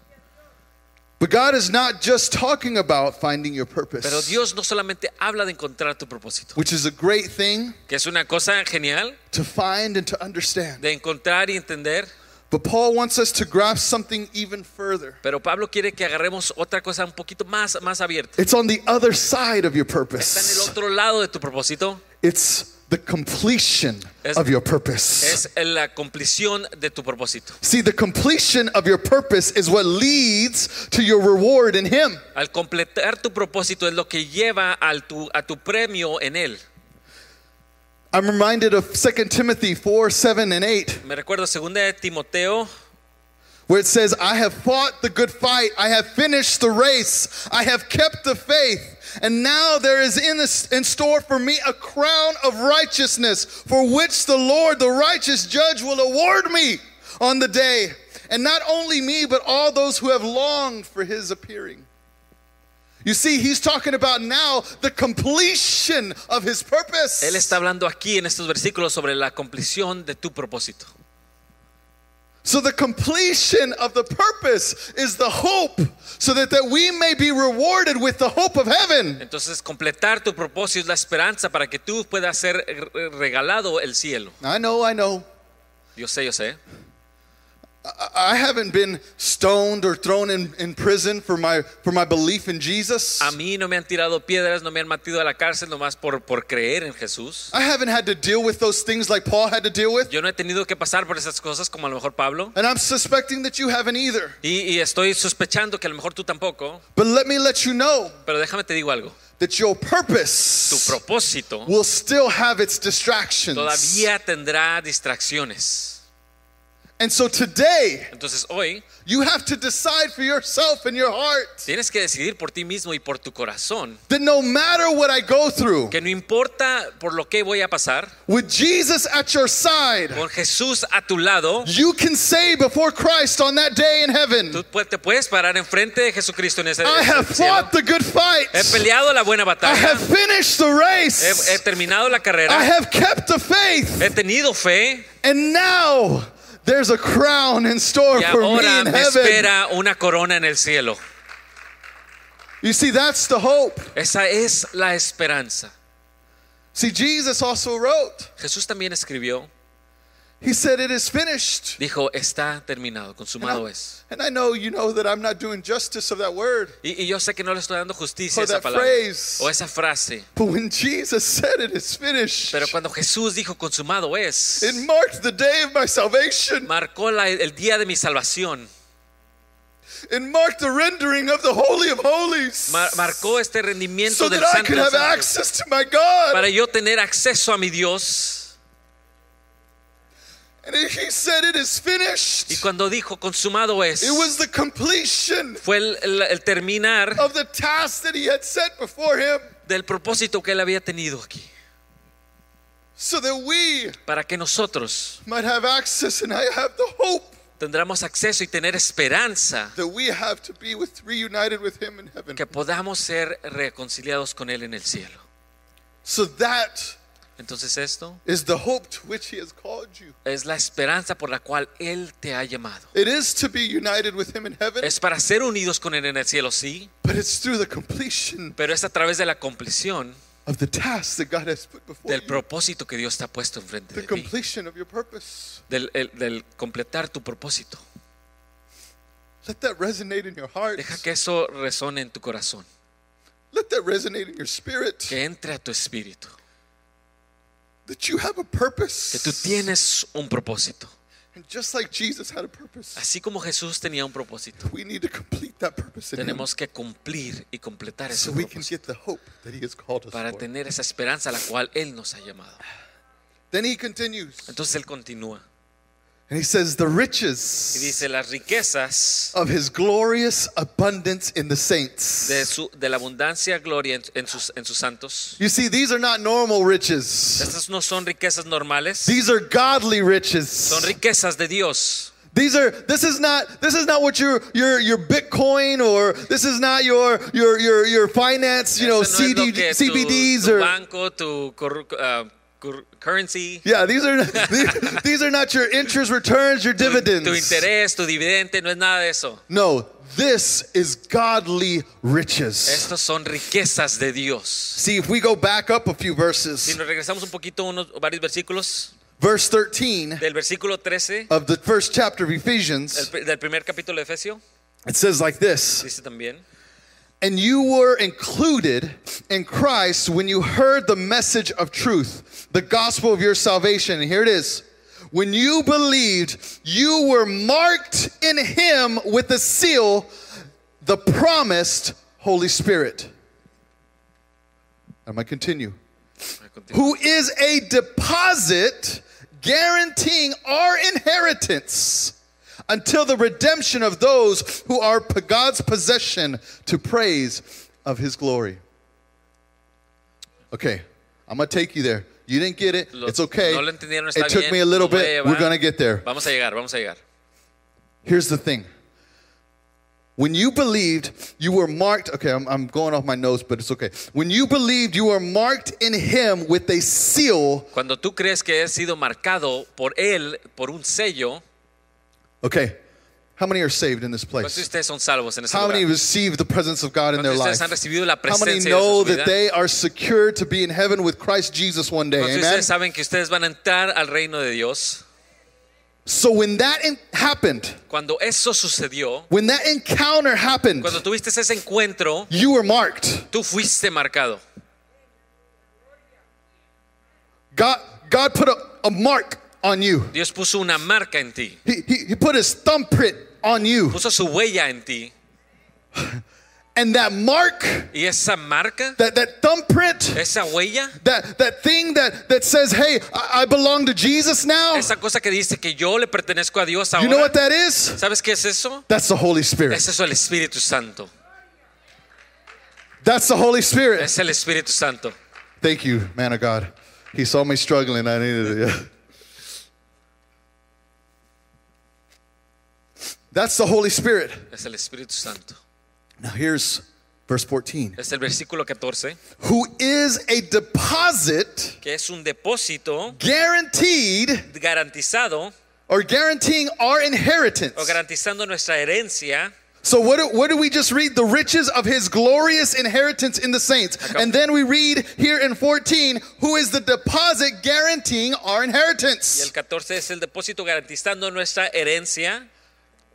S2: But God is not just talking about finding your
S3: Pero
S2: purpose,
S3: Dios no solamente habla de encontrar tu propósito,
S2: which is a great thing
S3: que es una cosa genial
S2: to find and to understand.
S3: de encontrar y entender,
S2: But Paul wants us to grasp something even further.
S3: pero Pablo quiere que agarremos otra cosa un poquito más, más abierta.
S2: It's on the other side of your
S3: Está en el
S2: purpose.
S3: otro lado de tu propósito,
S2: It's the completion
S3: Es-
S2: of your purpose.
S3: es en la compleción de tu propósito.
S2: See, the completion of your purpose is what leads to your reward in Him.
S3: Al completar tu propósito es lo que lleva al tu, a tu premio en él.
S2: I'm reminded of 2 Timothy 4 7 and 8,
S3: Me recuerdo segunda de Timoteo
S2: where it says, I have fought the good fight, I have finished the race, I have kept the faith, and now there is in, in store for me a crown of righteousness, for which the Lord, the righteous judge, will award me on the day. And not only me, but all those who have longed for his appearing. You see, he's talking about now the completion of his purpose.
S3: Él está hablando aquí en estos versículos sobre la compleción de tu propósito.
S2: So the completion of the purpose is the hope, so that, that we may be rewarded with the hope of heaven.
S3: Entonces, completar tu propósito es la esperanza para que tú puedas ser eh, regalado el cielo.
S2: I know, I know.
S3: Yo sé, yo sé.
S2: I I haven't been stoned or thrown in, in prison for my for my belief in Jesus.
S3: A mí no me han tirado piedras, no me han metido a la cárcel nomás por, por creer en Jesús.
S2: I haven't had to deal with those things like Paul had to deal with,
S3: Yo no he tenido que pasar por esas cosas como a lo mejor Pablo.
S2: and I'm suspecting that you haven't either.
S3: Y, y estoy sospechando que a lo mejor tú tampoco.
S2: But let me let you know
S3: Pero déjame te digo algo.
S2: that your
S3: Tu
S2: purpose
S3: propósito
S2: will still have its distractions.
S3: todavía tendrá distracciones.
S2: And so today,
S3: Entonces hoy
S2: you have to decide for yourself and your heart
S3: tienes que decidir por ti mismo y por tu corazón
S2: that no matter what I go through,
S3: que no importa por lo que voy a pasar,
S2: With Jesus at your side,
S3: con Jesús a tu lado,
S2: you can say before Christ on that day in heaven,
S3: tú pu- te puedes parar enfrente de Jesucristo en ese
S2: I have
S3: en el cielo.
S2: fought the good fight.
S3: He peleado la buena
S2: I
S3: batalla,
S2: have finished the
S3: he, he
S2: race.
S3: terminado la
S2: I
S3: carrera,
S2: have kept the faith.
S3: he tenido fe
S2: And now there's a crown in store
S3: y
S2: for me
S3: ahora
S2: in
S3: me
S2: heaven.
S3: espera una corona en el cielo.
S2: You see, that's the hope.
S3: Esa es la esperanza.
S2: See, Jesus also wrote,
S3: Jesús también escribió,
S2: He said, It is finished.
S3: dijo, está terminado, consumado
S2: And
S3: es.
S2: and I know you know that I'm not doing justice of that word,
S3: Y, y yo sé que no le estoy dando justicia a
S2: Or
S3: esa
S2: that
S3: palabra
S2: phrase.
S3: o esa frase,
S2: but when Jesus said, It is finished,
S3: pero cuando Jesús dijo consumado es,
S2: it marked the day of my salvation.
S3: marcó la- el día de mi salvación.
S2: It marked the rendering of the Holy of Holies.
S3: Mar- marcó este rendimiento
S2: so
S3: del
S2: that I
S3: Santo,
S2: could
S3: del
S2: have
S3: Santo.
S2: access to my God.
S3: para yo tener acceso a mi Dios.
S2: and he said, It is
S3: Y
S2: finished.
S3: cuando dijo consumado es,
S2: It was the completion
S3: fue el, el- el terminar
S2: of the task that he had set before him.
S3: del propósito que él había tenido aquí,
S2: So that we
S3: para que nosotros
S2: might have access and I have the hope
S3: tendremos acceso y tener esperanza
S2: that we have to be with reunited with him in heaven.
S3: que podamos ser reconciliados con él en el cielo.
S2: So that
S3: Entonces esto
S2: is the hope to which he has called you.
S3: es la esperanza por la cual él te ha llamado.
S2: It is to be united with him in heaven,
S3: Es para ser unidos con él en el cielo, sí,
S2: but it's through the completion
S3: pero es a través de la compleción
S2: of the task that God has put before
S3: del
S2: you.
S3: propósito que Dios te ha puesto enfrente
S2: The
S3: de ti,
S2: completion of your purpose.
S3: del- el- del completar tu propósito.
S2: Let that resonate in your heart.
S3: Deja que eso resone en tu corazón,
S2: Let that resonate in your spirit.
S3: que entre a tu espíritu,
S2: That you have a
S3: que tú
S2: purpose.
S3: tienes un propósito.
S2: And just like Jesus had a purpose,
S3: Así como Jesús tenía un propósito,
S2: we need to complete that purpose in him
S3: tenemos que cumplir y completar ese
S2: so we can
S3: propósito
S2: get the hope that he has called us
S3: para
S2: for.
S3: tener esa esperanza a la cual Él nos ha llamado.
S2: Then he continues
S3: Entonces Él continúa
S2: and he says, The
S3: y
S2: riches
S3: dice, las riquezas
S2: of his glorious abundance in the saints.
S3: de, su, de la abundancia gloria en, en sus, en sus santos,
S2: You see, these are not normal riches,
S3: estas no son riquezas normales,
S2: these are godly
S3: son
S2: riches.
S3: riquezas de Dios.
S2: These are this is not this is not what your your your Bitcoin or this is not your your your your finance, you know,
S3: Eso no es lo
S2: CD,
S3: que tu-
S2: CBDs
S3: tu
S2: or
S3: banco, tu corru- ah, cur- currency,
S2: yeah, these are these, these are not your interest returns, your
S3: tu-
S2: dividends.
S3: Tu interés, tu dividende, no es nada de eso.
S2: No, This is godly riches.
S3: Estos son riquezas de Dios.
S2: See, if we go back up a few
S3: Si
S2: verses,
S3: nos regresamos un poquito, unos varios versículos,
S2: verse 13
S3: del versículo 13
S2: of the first chapter of Ephesians,
S3: del, del primer capítulo de Efesio,
S2: it says like this
S3: dice también,
S2: And you were included in Christ when you heard the message of truth, the gospel of your salvation. And here it is. When you believed, you were marked in Him with the seal, the promised Holy Spirit. I'm going to continue. Who is a deposit guaranteeing our inheritance until the redemption of those who are p- God's possession to praise of his glory. Okay, I'm gonna take you there. You didn't get it.
S3: Lo-
S2: it's okay.
S3: no lo entendieron, está
S2: it took
S3: bien,
S2: me a little
S3: los voy a
S2: bit.
S3: llevar.
S2: We're gonna get there.
S3: vamos a llegar, vamos a llegar.
S2: Here's the thing. When you believed, you were marked. Okay, I'm, I'm going off my nose, but it's okay. When you believed, you were marked in him with a seal.
S3: Cuando tú crees que has sido marcado por Él, por un sello,
S2: Okay, how many are saved in this
S3: ¿cuántos
S2: place?
S3: de ustedes son salvos en ese
S2: How many
S3: lugar?
S2: receive the presence of God in their
S3: ¿Cuántos de ustedes
S2: life?
S3: han recibido la
S2: How many
S3: presencia de Dios en
S2: know
S3: su
S2: that
S3: vida?
S2: they are secure to be in heaven with Christ Jesus one day?
S3: ¿Cuántos de
S2: Amen.
S3: ustedes saben que ustedes van a entrar al reino de Dios?
S2: So when that in- happened,
S3: Cuando eso sucedió,
S2: when that encounter happened,
S3: cuando tuviste ese encuentro,
S2: you were marked.
S3: tú fuiste marcado.
S2: God, God put a, a mark on you.
S3: Dios puso una marca en ti,
S2: He, he, he put his thumbprint on you.
S3: puso su huella en ti.
S2: And that mark,
S3: Y esa marca,
S2: that, that thumbprint,
S3: esa huella,
S2: that, that thing that, that says, hey, I, I belong to Jesus now,
S3: esa cosa que dice que yo le pertenezco a Dios
S2: you know
S3: ahora,
S2: what that is?
S3: ¿sabes qué es eso?
S2: That's the Holy Spirit.
S3: Es eso el Espíritu Santo.
S2: That's the Holy Spirit.
S3: Es el Espíritu Santo.
S2: Thank you, man of God. He saw me struggling. I needed it. yeah. That's the Holy Spirit.
S3: Es el Espíritu Santo.
S2: Now here's verse 14.
S3: Es el versículo 14,
S2: Who is a deposit
S3: que es un depósito
S2: guaranteed
S3: garantizado
S2: or guaranteeing our inheritance.
S3: o garantizando nuestra herencia.
S2: So what do, what do we just read? The riches of his glorious inheritance in the saints. And then we read here in 14, who is the deposit guaranteeing our
S3: Y el
S2: inheritance.
S3: 14 es el depósito garantizando nuestra herencia.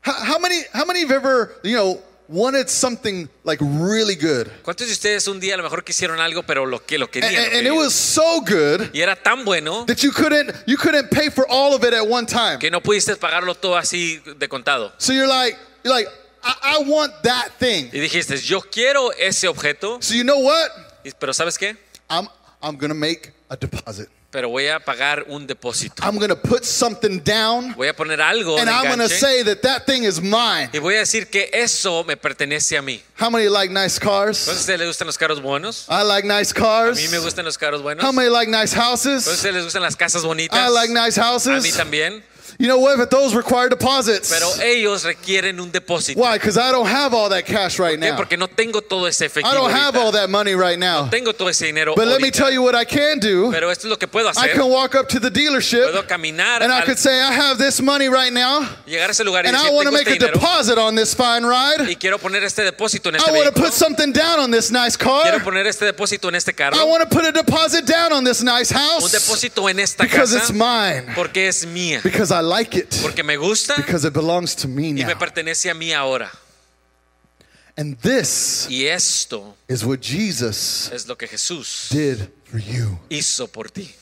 S2: How, how many how many have ever, you know, wanted something like really good?
S3: ¿Cuántos de ustedes un día a lo mejor quisieron algo, pero lo que lo
S2: And,
S3: querían?
S2: and-
S3: lo
S2: and it
S3: querían?
S2: was so good
S3: y era tan bueno
S2: that you couldn't you couldn't pay for all of it at one time.
S3: que no pudiste pagarlo todo así de contado.
S2: So you're like you're like I, I want that thing.
S3: Y dijiste, yo quiero ese objeto,
S2: So you know what?
S3: y- pero ¿sabes qué?
S2: I'm I'm going to make a deposit.
S3: Pero voy a pagar un depósito.
S2: I'm going to put something down
S3: Voy a poner algo de
S2: and I'm gonna
S3: enganche
S2: say that that thing is mine.
S3: y voy a decir que eso me pertenece a mí.
S2: How many like nice
S3: ¿Cuántos de
S2: cars?
S3: ustedes les gustan los carros buenos?
S2: I like nice
S3: A mí
S2: cars.
S3: me gustan los carros buenos.
S2: How many like nice
S3: ¿Cuántos de
S2: houses?
S3: ustedes les gustan las casas bonitas?
S2: I like nice
S3: A mí
S2: houses.
S3: también.
S2: You know what? But those require deposits.
S3: Pero eh, ellos requieren un depósito.
S2: Why? Because I don't have all that cash right
S3: ¿Por qué?
S2: now.
S3: Porque no tengo todo ese
S2: I
S3: efectivo.
S2: don't have
S3: ahorita.
S2: all that money right now.
S3: Tengo todo ese dinero.
S2: But let me
S3: ahorita.
S2: tell you what I can do.
S3: Pero esto es lo que puedo
S2: I
S3: hacer.
S2: can walk up to the
S3: Puedo
S2: dealership
S3: caminar,
S2: and I
S3: al-
S2: could say, I have this money right now,
S3: llegar a ese lugar y
S2: and
S3: decir,
S2: I want to
S3: tengo
S2: make
S3: este
S2: a
S3: dinero
S2: deposit on this fine ride.
S3: y quiero poner este depósito en este
S2: I want to
S3: vehículo.
S2: put something down on this nice
S3: Quiero
S2: car.
S3: poner este depósito en este carro.
S2: I want to put a deposit down on this nice
S3: Un
S2: house.
S3: depósito en esta
S2: Because
S3: casa
S2: it's mine.
S3: porque es mía.
S2: Because I like it.
S3: Porque me gusta
S2: Because it belongs to me
S3: y me
S2: now.
S3: pertenece a mí ahora.
S2: And this
S3: Y esto
S2: is what Jesus
S3: es lo que Jesús
S2: did for you.
S3: hizo por ti.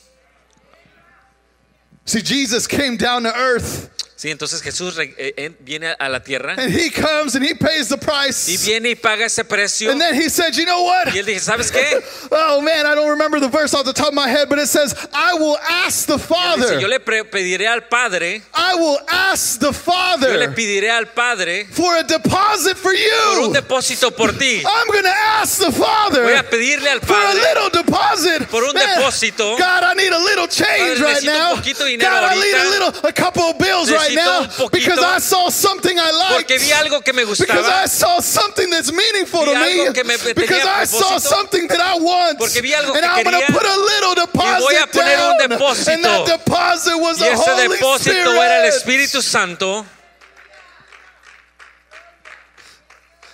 S2: See, Jesus came down to earth
S3: Sí, entonces Jesús re- eh, en- viene a la tierra
S2: and he comes and he pays the
S3: y
S2: price.
S3: viene y paga ese precio.
S2: And then he said, You know what?
S3: Y él dice, ¿sabes qué?
S2: Oh man, I don't remember the verse off the top of my head, but it says, I will ask the
S3: Dice, yo
S2: Father.
S3: le pre- pediré al Padre,
S2: I will ask the
S3: yo le
S2: Father
S3: pediré al Padre
S2: for a deposit for
S3: por
S2: you.
S3: un depósito por ti.
S2: I'm going to ask the
S3: Voy
S2: Father
S3: a pedirle al
S2: for a
S3: Padre
S2: little deposit.
S3: Por un
S2: Man,
S3: depósito.
S2: God, I need a little change
S3: Padre,
S2: right
S3: necesito
S2: now.
S3: un poquito de dinero
S2: God, I need a
S3: ahorita.
S2: little, a couple of bills right now
S3: Necesito un poquito.
S2: because I saw something I liked.
S3: porque vi algo que me
S2: Because I
S3: gustaba,
S2: saw something that's meaningful
S3: Vi
S2: to
S3: algo
S2: me.
S3: que me tenía
S2: Because I saw
S3: propósito.
S2: something that I want.
S3: Porque vi algo
S2: and
S3: que
S2: I'm going to
S3: quería.
S2: put a little
S3: Y voy a
S2: deposit
S3: poner un
S2: down.
S3: depósito.
S2: And that deposit was
S3: y
S2: the
S3: ese
S2: Holy
S3: depósito
S2: Spirit.
S3: era el Espíritu Santo.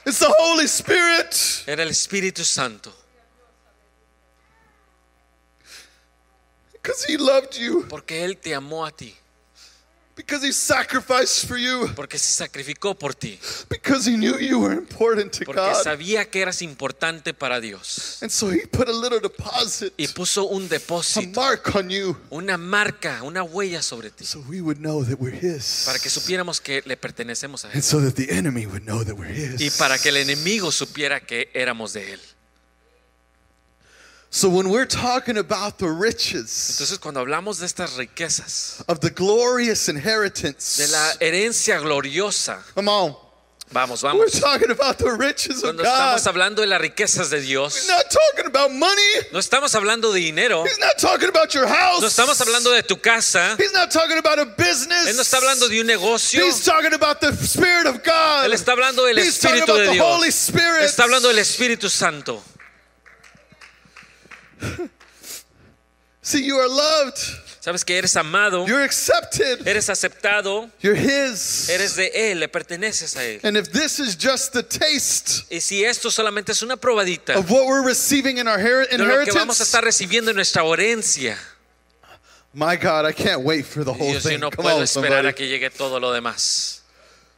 S2: It's the Holy Spirit.
S3: Era el Espíritu Santo.
S2: Because He loved you.
S3: Porque Él te amó a ti.
S2: Because He sacrificed for you.
S3: Porque se sacrificó por ti.
S2: Because He knew you were important to
S3: Porque
S2: God.
S3: sabía que eras importante para Dios.
S2: And so He put a little deposit,
S3: Y puso un
S2: a
S3: depósito,
S2: mark on you,
S3: una marca, una huella sobre ti.
S2: so we would know that we're His.
S3: Para que supiéramos que le pertenecemos a Él.
S2: And so that the enemy would know that we're
S3: Y
S2: His.
S3: para que el enemigo supiera que éramos de Él.
S2: So when we're talking about the riches
S3: Entonces cuando hablamos de estas riquezas,
S2: of the glorious
S3: de
S2: inheritance,
S3: la herencia gloriosa,
S2: come on.
S3: vamos,
S2: We're
S3: vamos.
S2: talking about the riches of
S3: Cuando
S2: God.
S3: estamos hablando de las riquezas de
S2: He's
S3: Dios,
S2: not talking about money.
S3: no estamos hablando de dinero,
S2: He's not talking about your house.
S3: no estamos hablando de tu casa,
S2: He's not talking about a
S3: Él
S2: business.
S3: no está hablando de un negocio,
S2: He's talking about the Spirit of God.
S3: Él está hablando del
S2: He's talking
S3: Espíritu
S2: about
S3: de
S2: the
S3: Dios,
S2: Holy Spirit.
S3: está hablando del Espíritu Santo.
S2: See, you are loved.
S3: Sabes que eres amado,
S2: You're accepted.
S3: eres aceptado,
S2: You're His.
S3: eres de Él, le perteneces a Él.
S2: And if this is just the taste
S3: Y si esto solamente es una probadita
S2: of what we're receiving in our her-
S3: de lo que vamos
S2: inheritance,
S3: a estar recibiendo en nuestra herencia,
S2: my God, I can't wait for the whole
S3: Dios, yo
S2: thing.
S3: no
S2: Come
S3: puedo
S2: on,
S3: esperar a
S2: somebody.
S3: que llegue todo lo demás.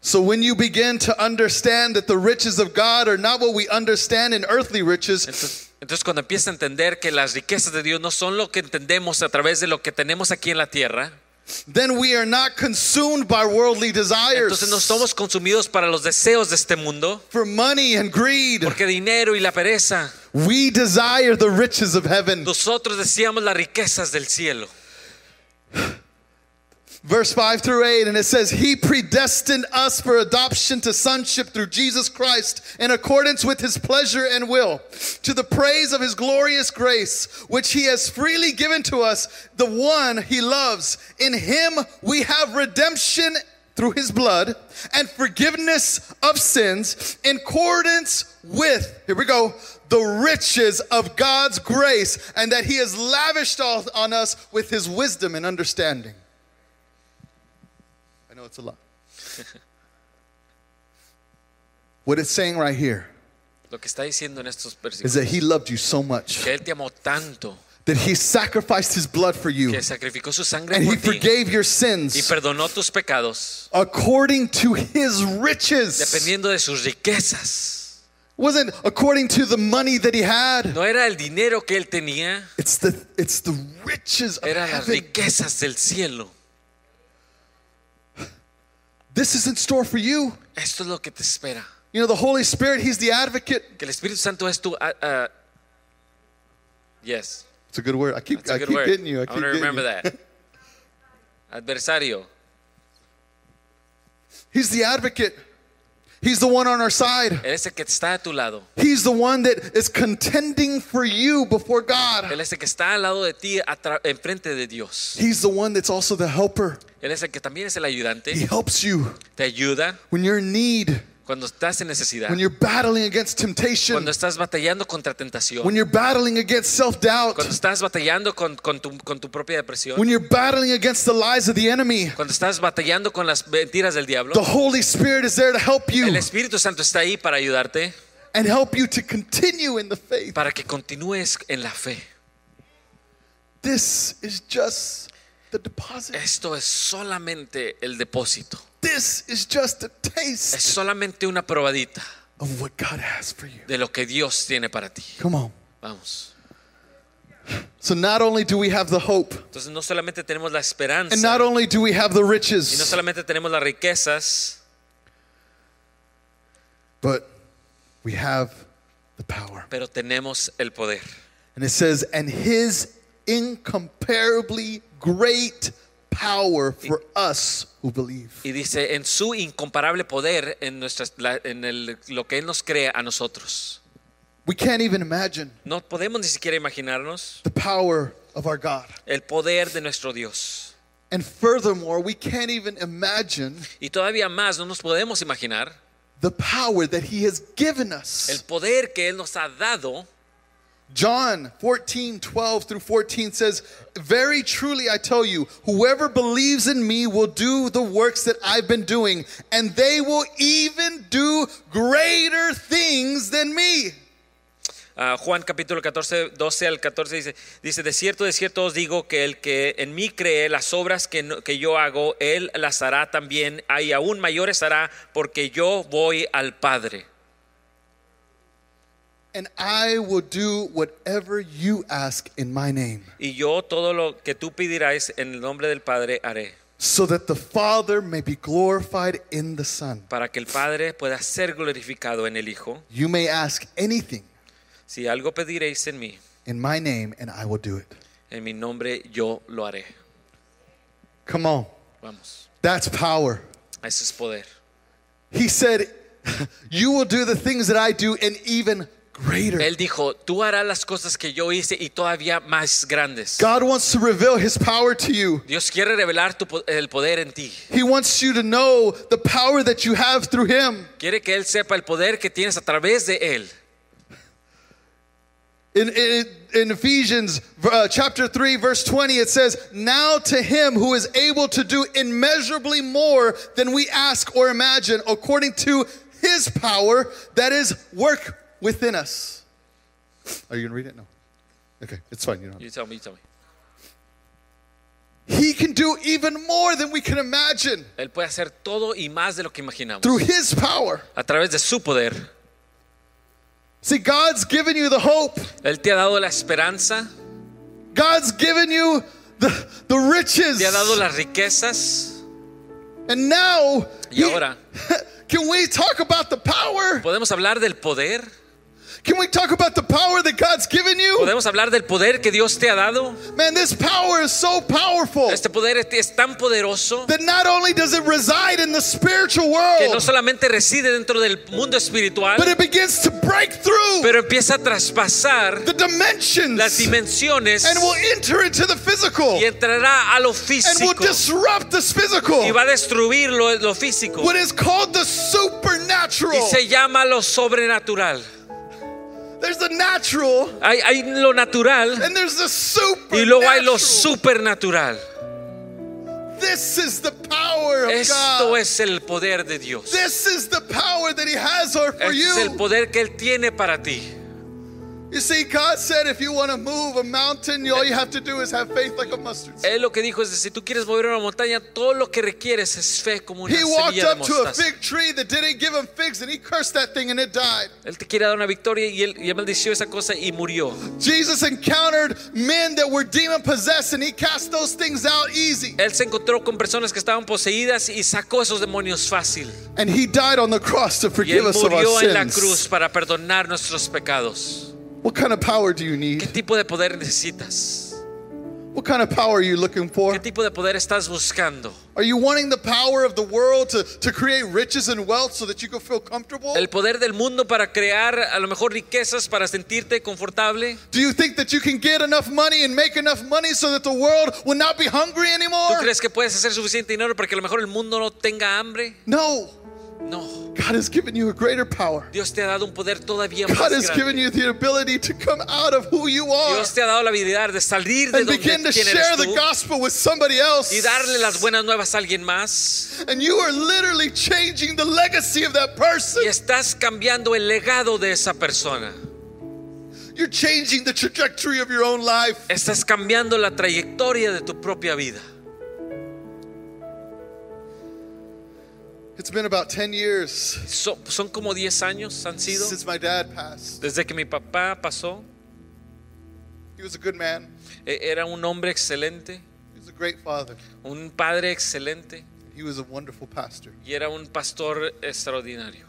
S2: So when you begin to understand that the riches of God are not what we understand in earthly riches,
S3: Entonces, entonces, cuando empieza a entender que las riquezas de Dios no son lo que entendemos a través de lo que tenemos aquí en la tierra,
S2: then we are not consumed by worldly desires
S3: entonces no somos consumidos para los deseos de este mundo,
S2: for money and greed.
S3: porque dinero y la pereza,
S2: We desire the riches of heaven.
S3: nosotros deseamos las riquezas del cielo.
S2: Verse 5 through 8, and it says, He predestined us for adoption to sonship through Jesus Christ in accordance with His pleasure and will, to the praise of His glorious grace, which He has freely given to us, the one He loves. In Him we have redemption through His blood and forgiveness of sins in accordance with, here we go, the riches of God's grace, and that He has lavished all on us with His wisdom and understanding. I know it's a lot. what it's saying right here
S3: Lo que está diciendo en estos
S2: is
S3: versículos,
S2: that he loved you so much
S3: que Él te amó tanto,
S2: that he sacrificed his blood for you
S3: que sacrificó su sangre
S2: and he
S3: por ti
S2: forgave your
S3: y
S2: sins
S3: perdonó tus pecados,
S2: according to his riches.
S3: dependiendo de sus riquezas.
S2: Wasn't according to the money that he had.
S3: No era el dinero que Él tenía,
S2: It's the it's the riches of
S3: eran las
S2: heaven.
S3: riquezas del cielo.
S2: This is in store for you.
S3: Esto es lo que te espera.
S2: You know, the Holy Spirit, he's the advocate.
S3: Que el Espíritu Santo es tu. ah, ah, yes,
S2: It's a good word. I keep
S3: that's a
S2: I
S3: good
S2: keep
S3: word.
S2: getting you. I
S3: I'm
S2: keep
S3: gonna
S2: getting
S3: remember
S2: you.
S3: that. Adversario.
S2: He's the advocate. He's the one on our side.
S3: Él es el que está a tu lado.
S2: He's the one that is contending for you before God.
S3: Él es el que está al lado de ti, atra- enfrente de Dios.
S2: He's the one that's also the helper.
S3: Él es el que también es el
S2: He
S3: ayudante.
S2: helps you
S3: Te ayuda
S2: when you're in need,
S3: cuando estás en necesidad.
S2: when you're battling against temptation,
S3: Cuando estás batallando contra tentación.
S2: when you're battling against self doubt,
S3: Cuando estás batallando con, con tu, con tu propia depresión.
S2: when you're battling against the lies of the enemy.
S3: Cuando estás batallando con las mentiras del diablo.
S2: The Holy Spirit is there to help
S3: El
S2: you
S3: Espíritu Santo está ahí para ayudarte.
S2: and help you to continue in the faith.
S3: Para que continúes en la fe.
S2: This is just the deposit,
S3: Esto es solamente el depósito.
S2: this is just a
S3: Es
S2: taste
S3: solamente una probadita
S2: of what God has for you.
S3: de lo que Dios tiene para ti.
S2: Come on.
S3: Vamos.
S2: So, not only do we have the hope,
S3: Entonces no solamente tenemos la
S2: and not
S3: esperanza
S2: only do we have the
S3: y no
S2: riches,
S3: solamente tenemos las riquezas,
S2: but we have the power.
S3: pero tenemos el poder.
S2: And it says, and his incomparably great power for us who believe.
S3: Y dice, en su incomparable poder, en, nuestras, la- en el- lo que Él nos crea a nosotros.
S2: We can't even imagine
S3: No podemos ni siquiera imaginarnos
S2: the power of our God.
S3: el poder de nuestro Dios.
S2: And furthermore, we can't even imagine
S3: Y todavía más, no nos podemos imaginar
S2: the power that he has given
S3: el
S2: us
S3: poder que Él nos ha dado
S2: John 14, 12 through 14 says, Very truly I tell you, whoever believes in me will do the works that I've been doing, and they will even do greater things than me.
S3: Ah, Juan capítulo 14, 12 al 14 dice, dice, de cierto, de cierto os digo que el que en mí cree las obras que, no- que yo hago, él las hará también, y aún mayores hará, porque yo voy al Padre.
S2: And I will do whatever you ask in my name,
S3: Y yo todo lo que tú pidirás en el nombre del Padre haré,
S2: so that the Father may be glorified in the Son.
S3: para que el Padre pueda ser glorificado en el Hijo.
S2: You may ask anything
S3: Si algo pediréis en mí,
S2: in my name, and I will do it.
S3: en mi nombre yo lo haré.
S2: Come on,
S3: Vamos,
S2: that's power.
S3: ese es poder.
S2: He said, You will do the things that I do, and even greater.
S3: Él dijo, tú harás las cosas que yo hice y todavía más grandes.
S2: God wants to reveal his power to you.
S3: Dios quiere revelar tu po- el poder en ti.
S2: He wants you to know the power that you have through him.
S3: Quiere que Él sepa el poder que tienes a través de Él.
S2: In, in, in Ephesians uh, chapter 3 verse 20 it says, "Now to him who is able to do immeasurably more than we ask or imagine according to his power that is work within us." Are you going to read it? No. Okay, it's fine, you don't.
S3: You tell me, you tell me.
S2: He can do even more than we can imagine
S3: Él puede hacer todo y más de lo que imaginamos.
S2: through his power.
S3: A través de su poder.
S2: See, God's given you the hope.
S3: Él te ha dado la esperanza,
S2: God's given you the, the riches.
S3: te ha dado las riquezas.
S2: And now,
S3: Y ahora,
S2: can we talk about the power?
S3: podemos hablar del poder.
S2: Can we talk about the power that God's given you?
S3: Podemos hablar del poder que Dios te ha dado.
S2: Man, this power is so powerful
S3: Este poder es- es tan poderoso
S2: that not only does it reside in the spiritual
S3: que no
S2: world,
S3: solamente reside dentro del mundo espiritual,
S2: but it begins to break through
S3: pero empieza a traspasar
S2: the
S3: las
S2: dimensions
S3: dimensiones
S2: and will enter into the physical
S3: y entrará a
S2: and
S3: lo
S2: will
S3: físico
S2: disrupt this physical.
S3: y va a destruir lo, lo físico
S2: What is called the
S3: y
S2: supernatural.
S3: se llama lo sobrenatural.
S2: There's the natural
S3: Hay, hay lo natural
S2: and there's the
S3: y luego hay lo
S2: supernatural.
S3: supernatural.
S2: This is the power of
S3: Esto
S2: God.
S3: es el poder de Dios.
S2: This is the power that He has or for
S3: Este es el
S2: you.
S3: poder que Él tiene para ti.
S2: You see, God said if you want to move a mountain, you- all you have to do is have faith like a mustard seed.
S3: Él lo que dijo es, si tú quieres mover una montaña, todo lo que requieres es fe como una
S2: He walked
S3: semilla de
S2: up to a
S3: mostaza.
S2: fig tree that didn't give him figs and he cursed that thing and it died.
S3: Él te quiere dar una victoria y Él, y él maldició esa cosa y murió.
S2: Jesus encountered men that were demon possessed and he cast those things out easy.
S3: Él se encontró con personas que estaban poseídas y sacó esos demonios fácil.
S2: And he died on the cross to
S3: Y él
S2: forgive us of our
S3: murió en la cruz
S2: sins.
S3: para perdonar nuestros pecados.
S2: What kind of power do you
S3: ¿Qué
S2: need?
S3: tipo de poder necesitas?
S2: What kind of power are you looking for?
S3: ¿Qué tipo de poder estás buscando?
S2: Are you wanting the power of the world to, to create riches and wealth so that you can feel comfortable?
S3: ¿El poder del mundo para crear a lo mejor riquezas para sentirte confortable?
S2: Do you think that you can get enough money and make enough money so that the world will not be hungry
S3: ¿Tú
S2: anymore?
S3: crees que puedes hacer suficiente dinero para que a lo mejor el mundo no tenga hambre?
S2: No.
S3: No.
S2: God has given you a greater power.
S3: Dios te ha dado un poder todavía más
S2: God has given
S3: grande.
S2: you the ability to come out of who you are
S3: Dios te ha dado la habilidad de salir de
S2: and
S3: donde
S2: begin to
S3: quién
S2: share
S3: eres
S2: the
S3: tú
S2: gospel with somebody else.
S3: y darle las buenas nuevas a alguien más.
S2: And you are literally changing the legacy of that person.
S3: Y estás cambiando el legado de esa persona.
S2: You're changing the trajectory of your own life.
S3: Estás cambiando la trayectoria de tu propia vida.
S2: It's been about 10 years
S3: So- son como 10 años han sido
S2: since my dad passed.
S3: desde que mi papá pasó.
S2: He was a good man,
S3: E- Era un hombre excelente,
S2: he was a great father,
S3: un padre excelente
S2: he was a wonderful pastor.
S3: y era un pastor extraordinario.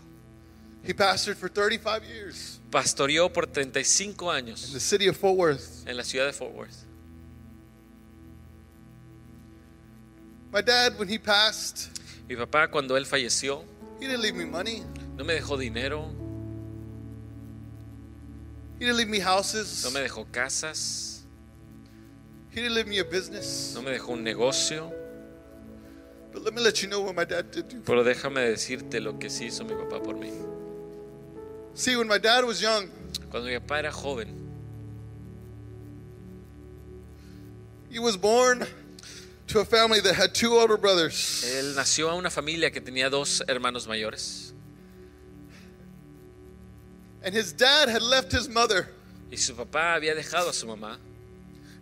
S2: He pastored for 35 years
S3: Pastoreó por 35
S2: in
S3: años
S2: the city of Fort Worth.
S3: en la ciudad de Fort Worth.
S2: My dad, when he passed,
S3: Mi papá cuando él falleció
S2: he didn't leave me money.
S3: no me dejó dinero,
S2: He didn't leave me houses.
S3: no me dejó casas,
S2: He didn't leave me a business.
S3: no me dejó un negocio,
S2: But let me let you know what my dad did do.
S3: pero déjame decirte lo que sí hizo mi papá por mí.
S2: See, when my dad was young,
S3: Cuando mi papá era joven,
S2: He was born to a family that had two older brothers.
S3: Él nació a una familia que tenía dos hermanos mayores
S2: And his dad had left his mother.
S3: y su papá había dejado a su mamá.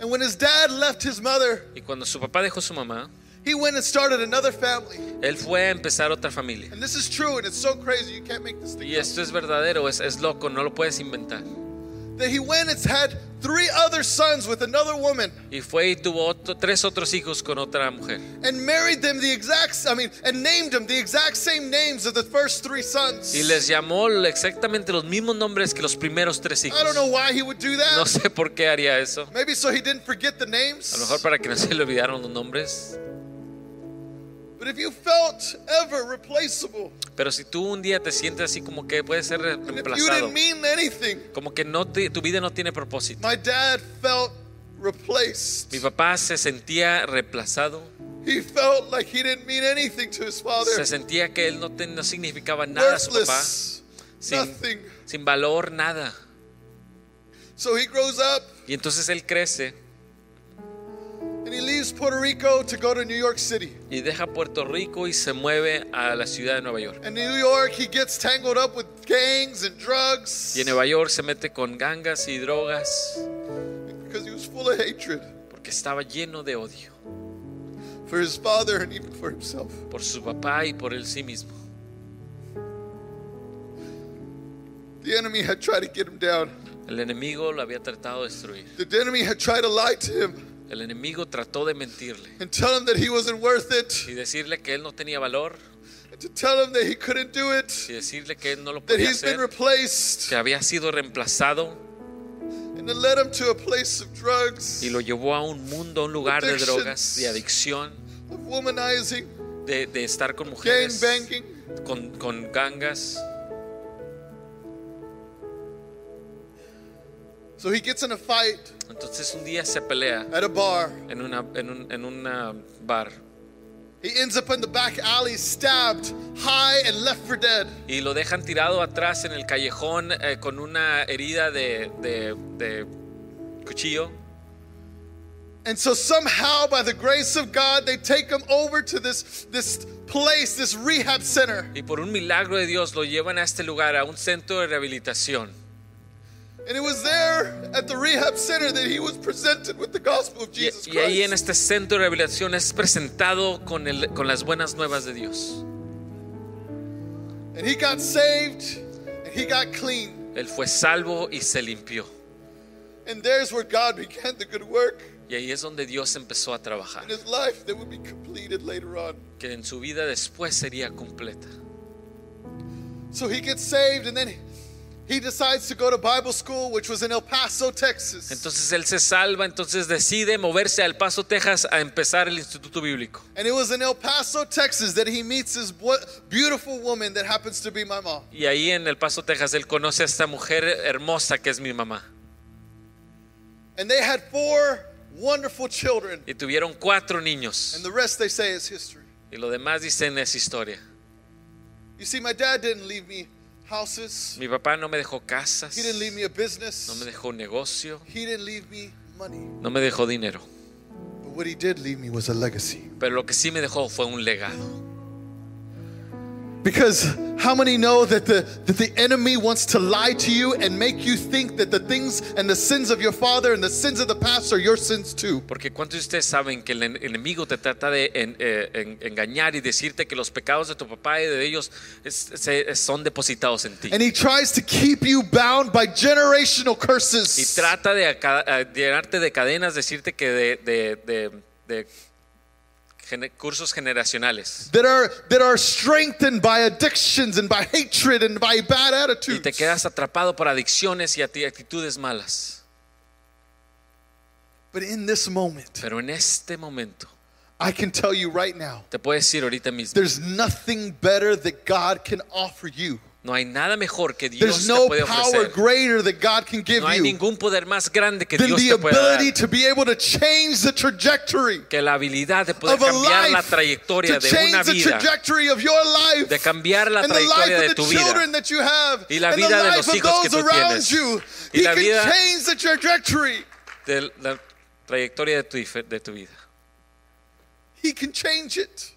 S2: And when his dad left his mother,
S3: Y cuando su papá dejó a su mamá,
S2: he went and started another family.
S3: él fue a empezar otra familia.
S2: And this is true, and it's so crazy, you can't make this thing
S3: Y
S2: up.
S3: esto es verdadero, es, es loco, no lo puedes inventar.
S2: That he went and had three other sons with another woman
S3: Y fue y tuvo otro- tres otros hijos con otra mujer.
S2: and married them the exact, I mean, and named them the exact same names of the first three sons.
S3: Y les llamó exactamente los mismos nombres que los primeros tres hijos.
S2: I don't know why he would do that.
S3: No sé por qué haría eso.
S2: Maybe so he didn't forget the names.
S3: A lo mejor para que no se le olvidaron los nombres.
S2: But if you felt ever replaceable,
S3: Pero si tú un día te sientes así como que puedes ser re-
S2: and if you didn't
S3: reemplazado,
S2: mean anything,
S3: como que no te- tu vida no tiene propósito.
S2: my dad felt replaced.
S3: Mi papá se sentía reemplazado,
S2: He felt like he didn't mean anything to his father.
S3: se sentía que él no, te- no significaba nada a su papá,
S2: Worthless.
S3: sin,
S2: Nothing.
S3: sin valor, nada.
S2: So he grows up
S3: Y entonces él crece
S2: and he leaves Puerto Rico to go to New York City.
S3: y deja Puerto Rico y se mueve a la ciudad de Nueva York.
S2: In New York, he gets tangled up with gangs and drugs
S3: Y en Nueva York se mete con gangas y drogas
S2: because he was full of hatred
S3: porque estaba lleno de odio
S2: for his father and even for himself.
S3: por su papá y por él sí mismo.
S2: The enemy had tried to get him down.
S3: El enemigo lo había tratado de destruir.
S2: The enemy had tried to lie to him
S3: El enemigo trató de mentirle
S2: and tell him that he wasn't worth
S3: y
S2: it,
S3: decirle que él no tenía valor
S2: to tell him that he couldn't do
S3: y
S2: it,
S3: decirle que él no lo
S2: that
S3: podía
S2: he's been
S3: hacer,
S2: replaced,
S3: que había sido reemplazado
S2: and to led him to a place of drugs,
S3: y lo
S2: of
S3: llevó a un mundo, a un lugar de
S2: Addictions.
S3: drogas, de adicción,
S2: womanizing,
S3: de, de estar con
S2: gang
S3: mujeres,
S2: banging.
S3: con, con gangas.
S2: So he gets in a fight
S3: Entonces un día se pelea
S2: at a bar.
S3: en una, en un en una bar
S2: He ends up in the back alley, stabbed, high, and left for dead.
S3: y lo dejan tirado atrás en el callejón eh, con una herida de, de- de cuchillo.
S2: And so somehow, by the grace of God, they take him over to this this place, this rehab center.
S3: Y por un milagro de Dios lo llevan a este lugar, a un centro de rehabilitación.
S2: And it was there at the rehab center that he was presented with the gospel of
S3: Y,
S2: Jesus
S3: y ahí en
S2: Christ.
S3: este centro de rehabilitación es presentado con, el, con las buenas nuevas de Dios.
S2: And he got saved, and he got clean.
S3: Él fue salvo y se limpió.
S2: And there's where God began the good work
S3: Y ahí es donde Dios empezó a trabajar,
S2: in his life that would be completed later on.
S3: que en su vida después sería completa.
S2: So he gets saved, and then he decides to go to Bible school, which was in El Paso, Texas.
S3: Entonces él se salva, entonces decide moverse al Paso, Texas, a empezar el Instituto Bíblico.
S2: And it was in El Paso, Texas, that he meets this wo- beautiful woman that happens to be my mom.
S3: Y ahí en el Paso, Texas, él conoce a esta mujer hermosa que es mi mamá.
S2: And they had four wonderful children.
S3: Y tuvieron cuatro
S2: And
S3: niños.
S2: the rest they say is history.
S3: Y lo demás dicen es historia.
S2: You see, my dad didn't leave me houses,
S3: Mi papá no me dejó casas,
S2: he didn't leave me a business,
S3: no me dejó un negocio,
S2: he didn't leave me money.
S3: no me dejó dinero.
S2: But what he did leave me was a legacy.
S3: Pero lo que sí me dejó fue un legado.
S2: Because how many know that the, that the enemy wants to lie to you and make you think that the things and the sins of your father and the sins of the past are your sins too?
S3: Porque ¿cuántos de ustedes saben que el en- enemigo te trata de en- eh, en- engañar y decirte que los pecados de tu papá y de ellos es- se- son depositados en ti?
S2: And he tries to keep you bound by generational
S3: Y
S2: curses.
S3: trata de aca- a- llenarte de cadenas, decirte que de, de- de- de gene- cursos generacionales.
S2: that are that are strengthened by addictions and by hatred and by bad
S3: Y te
S2: attitudes.
S3: quedas atrapado por adicciones y ati- actitudes malas.
S2: But in this moment,
S3: Pero en este momento,
S2: I can tell you right now,
S3: te puedo decir ahorita mismo,
S2: there's nothing better that God can offer you.
S3: no hay nada mejor que Dios
S2: There's
S3: te
S2: no
S3: puede
S2: power
S3: ofrecer.
S2: greater that God can give
S3: No hay
S2: you
S3: ningún poder más grande que
S2: than
S3: Dios
S2: the
S3: te puede dar.
S2: ability to be able to change the trajectory
S3: Que la habilidad de poder
S2: of a
S3: cambiar la
S2: life, to
S3: trayectoria de una
S2: change the
S3: vida,
S2: trajectory of your life,
S3: de cambiar la
S2: and the life
S3: trayectoria de
S2: of the
S3: tu vida
S2: children that you have,
S3: Y la
S2: and the
S3: vida de
S2: life
S3: los
S2: of
S3: hijos que
S2: those
S3: tú
S2: around
S3: tienes.
S2: you.
S3: Y
S2: He
S3: la vida-
S2: can change the trajectory.
S3: de la trayectoria de tu, dif- de tu vida.
S2: He can change it.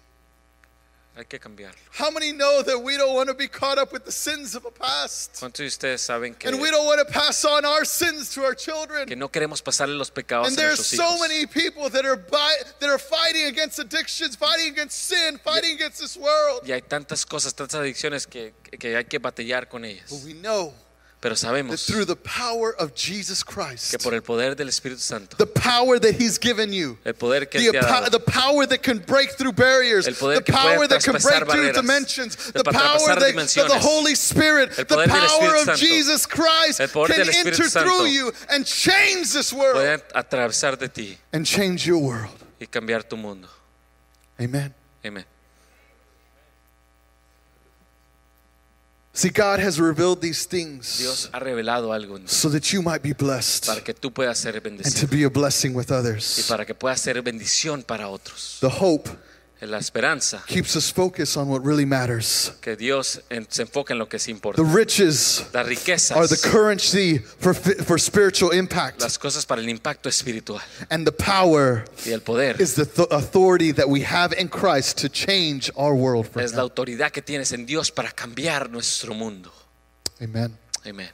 S3: Hay que cambiarlo.
S2: How many know that we don't want to be caught up with the sins of the past?
S3: ¿Cuántos de ustedes saben que,
S2: And we don't want to pass on our sins to our children.
S3: que no queremos pasarle los pecados
S2: And
S3: a
S2: there's
S3: nuestros
S2: so
S3: hijos?
S2: many people that are bi- that are fighting against addictions, fighting against sin, fighting against this world.
S3: Y hay tantas cosas, tantas adicciones que, que hay que batallar con
S2: But
S3: ellas.
S2: we know
S3: Pero
S2: that
S3: sabemos
S2: through the power of Jesus
S3: que
S2: Christ,
S3: por el poder del Espíritu Santo,
S2: the power that He's given you,
S3: el poder que
S2: the,
S3: Él te ha
S2: apo- the
S3: dado,
S2: power that can break through barriers,
S3: El poder
S2: the
S3: que puede
S2: power that can
S3: traspasar
S2: break through
S3: barreras,
S2: dimensions,
S3: de
S2: the power
S3: traspasar
S2: that, of the
S3: dimensiones,
S2: Holy Spirit, the
S3: el poder del
S2: power
S3: Espíritu
S2: of
S3: Santo,
S2: Jesus Christ
S3: el poder
S2: can
S3: del Espíritu
S2: enter
S3: Santo,
S2: through you and change this world
S3: puede atravesar de ti
S2: and change your world.
S3: y cambiar tu mundo.
S2: Amen.
S3: Amén.
S2: See, God has revealed these things
S3: Dios ha revelado algo en ti
S2: so that you might be blessed
S3: para que tú puedas ser
S2: and to
S3: bendecido
S2: be a blessing with
S3: y
S2: others.
S3: para que puedas ser bendición para otros.
S2: The hope
S3: La esperanza
S2: keeps us focused on what really matters.
S3: que Dios en- se enfoca en lo que sí importa.
S2: The riches
S3: Las riquezas,
S2: are the currency for, for spiritual impact,
S3: las cosas para el impacto espiritual
S2: and the power
S3: y el poder
S2: is the th- authority that we have in Christ to change our world for
S3: es la
S2: Him.
S3: autoridad que tienes en Dios para cambiar nuestro mundo.
S2: Amen.
S3: Amén.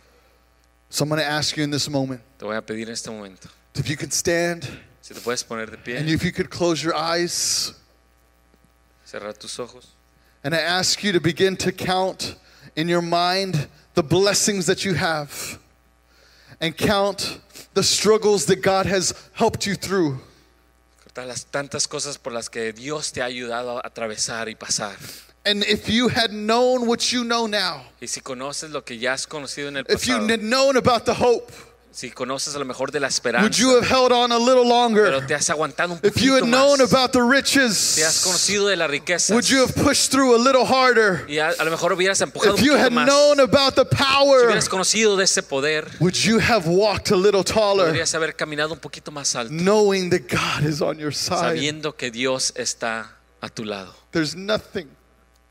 S2: So I'm going to ask you in this moment
S3: Te voy a pedir en este momento,
S2: if you could stand
S3: si te puedes poner de
S2: and
S3: pie,
S2: if you could close your eyes,
S3: cerrar tus ojos.
S2: and I ask you to begin to count in your mind the blessings that you have and count the struggles that God has helped you through.
S3: Cortar las tantas cosas por las que Dios te ha ayudado a atravesar y pasar.
S2: And if you had known what you know now,
S3: Y si conoces lo que ya has conocido en el
S2: if you
S3: pasado,
S2: had known about the hope,
S3: si conoces a lo mejor de la
S2: would
S3: esperanza,
S2: you have held on a little
S3: pero
S2: longer?
S3: te has aguantado un
S2: If you had
S3: poquito
S2: known
S3: más,
S2: about the
S3: te has
S2: riches,
S3: conocido de la riqueza
S2: Would you have pushed through a little harder?
S3: y a, a lo mejor hubieras empujado un
S2: If you
S3: poquito
S2: had
S3: más,
S2: known about the
S3: si
S2: power,
S3: hubieras conocido de ese poder,
S2: would you have walked a little taller,
S3: podrías haber caminado un poquito más alto,
S2: knowing that God is on your side?
S3: sabiendo que Dios está a tu lado.
S2: There's nothing,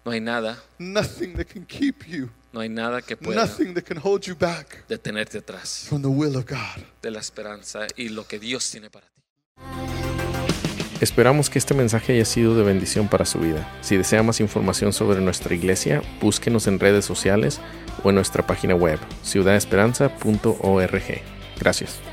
S3: No hay nada,
S2: nothing that can keep you,
S3: no hay nada que pueda
S2: nothing that can hold you back
S3: detenerte atrás
S2: from the will of God.
S3: de la esperanza y lo que Dios tiene para ti.
S4: Esperamos que este mensaje haya sido de bendición para su vida. Si desea más información sobre nuestra iglesia, búsquenos en redes sociales o en nuestra página web, ciudadesperanza.org. Gracias.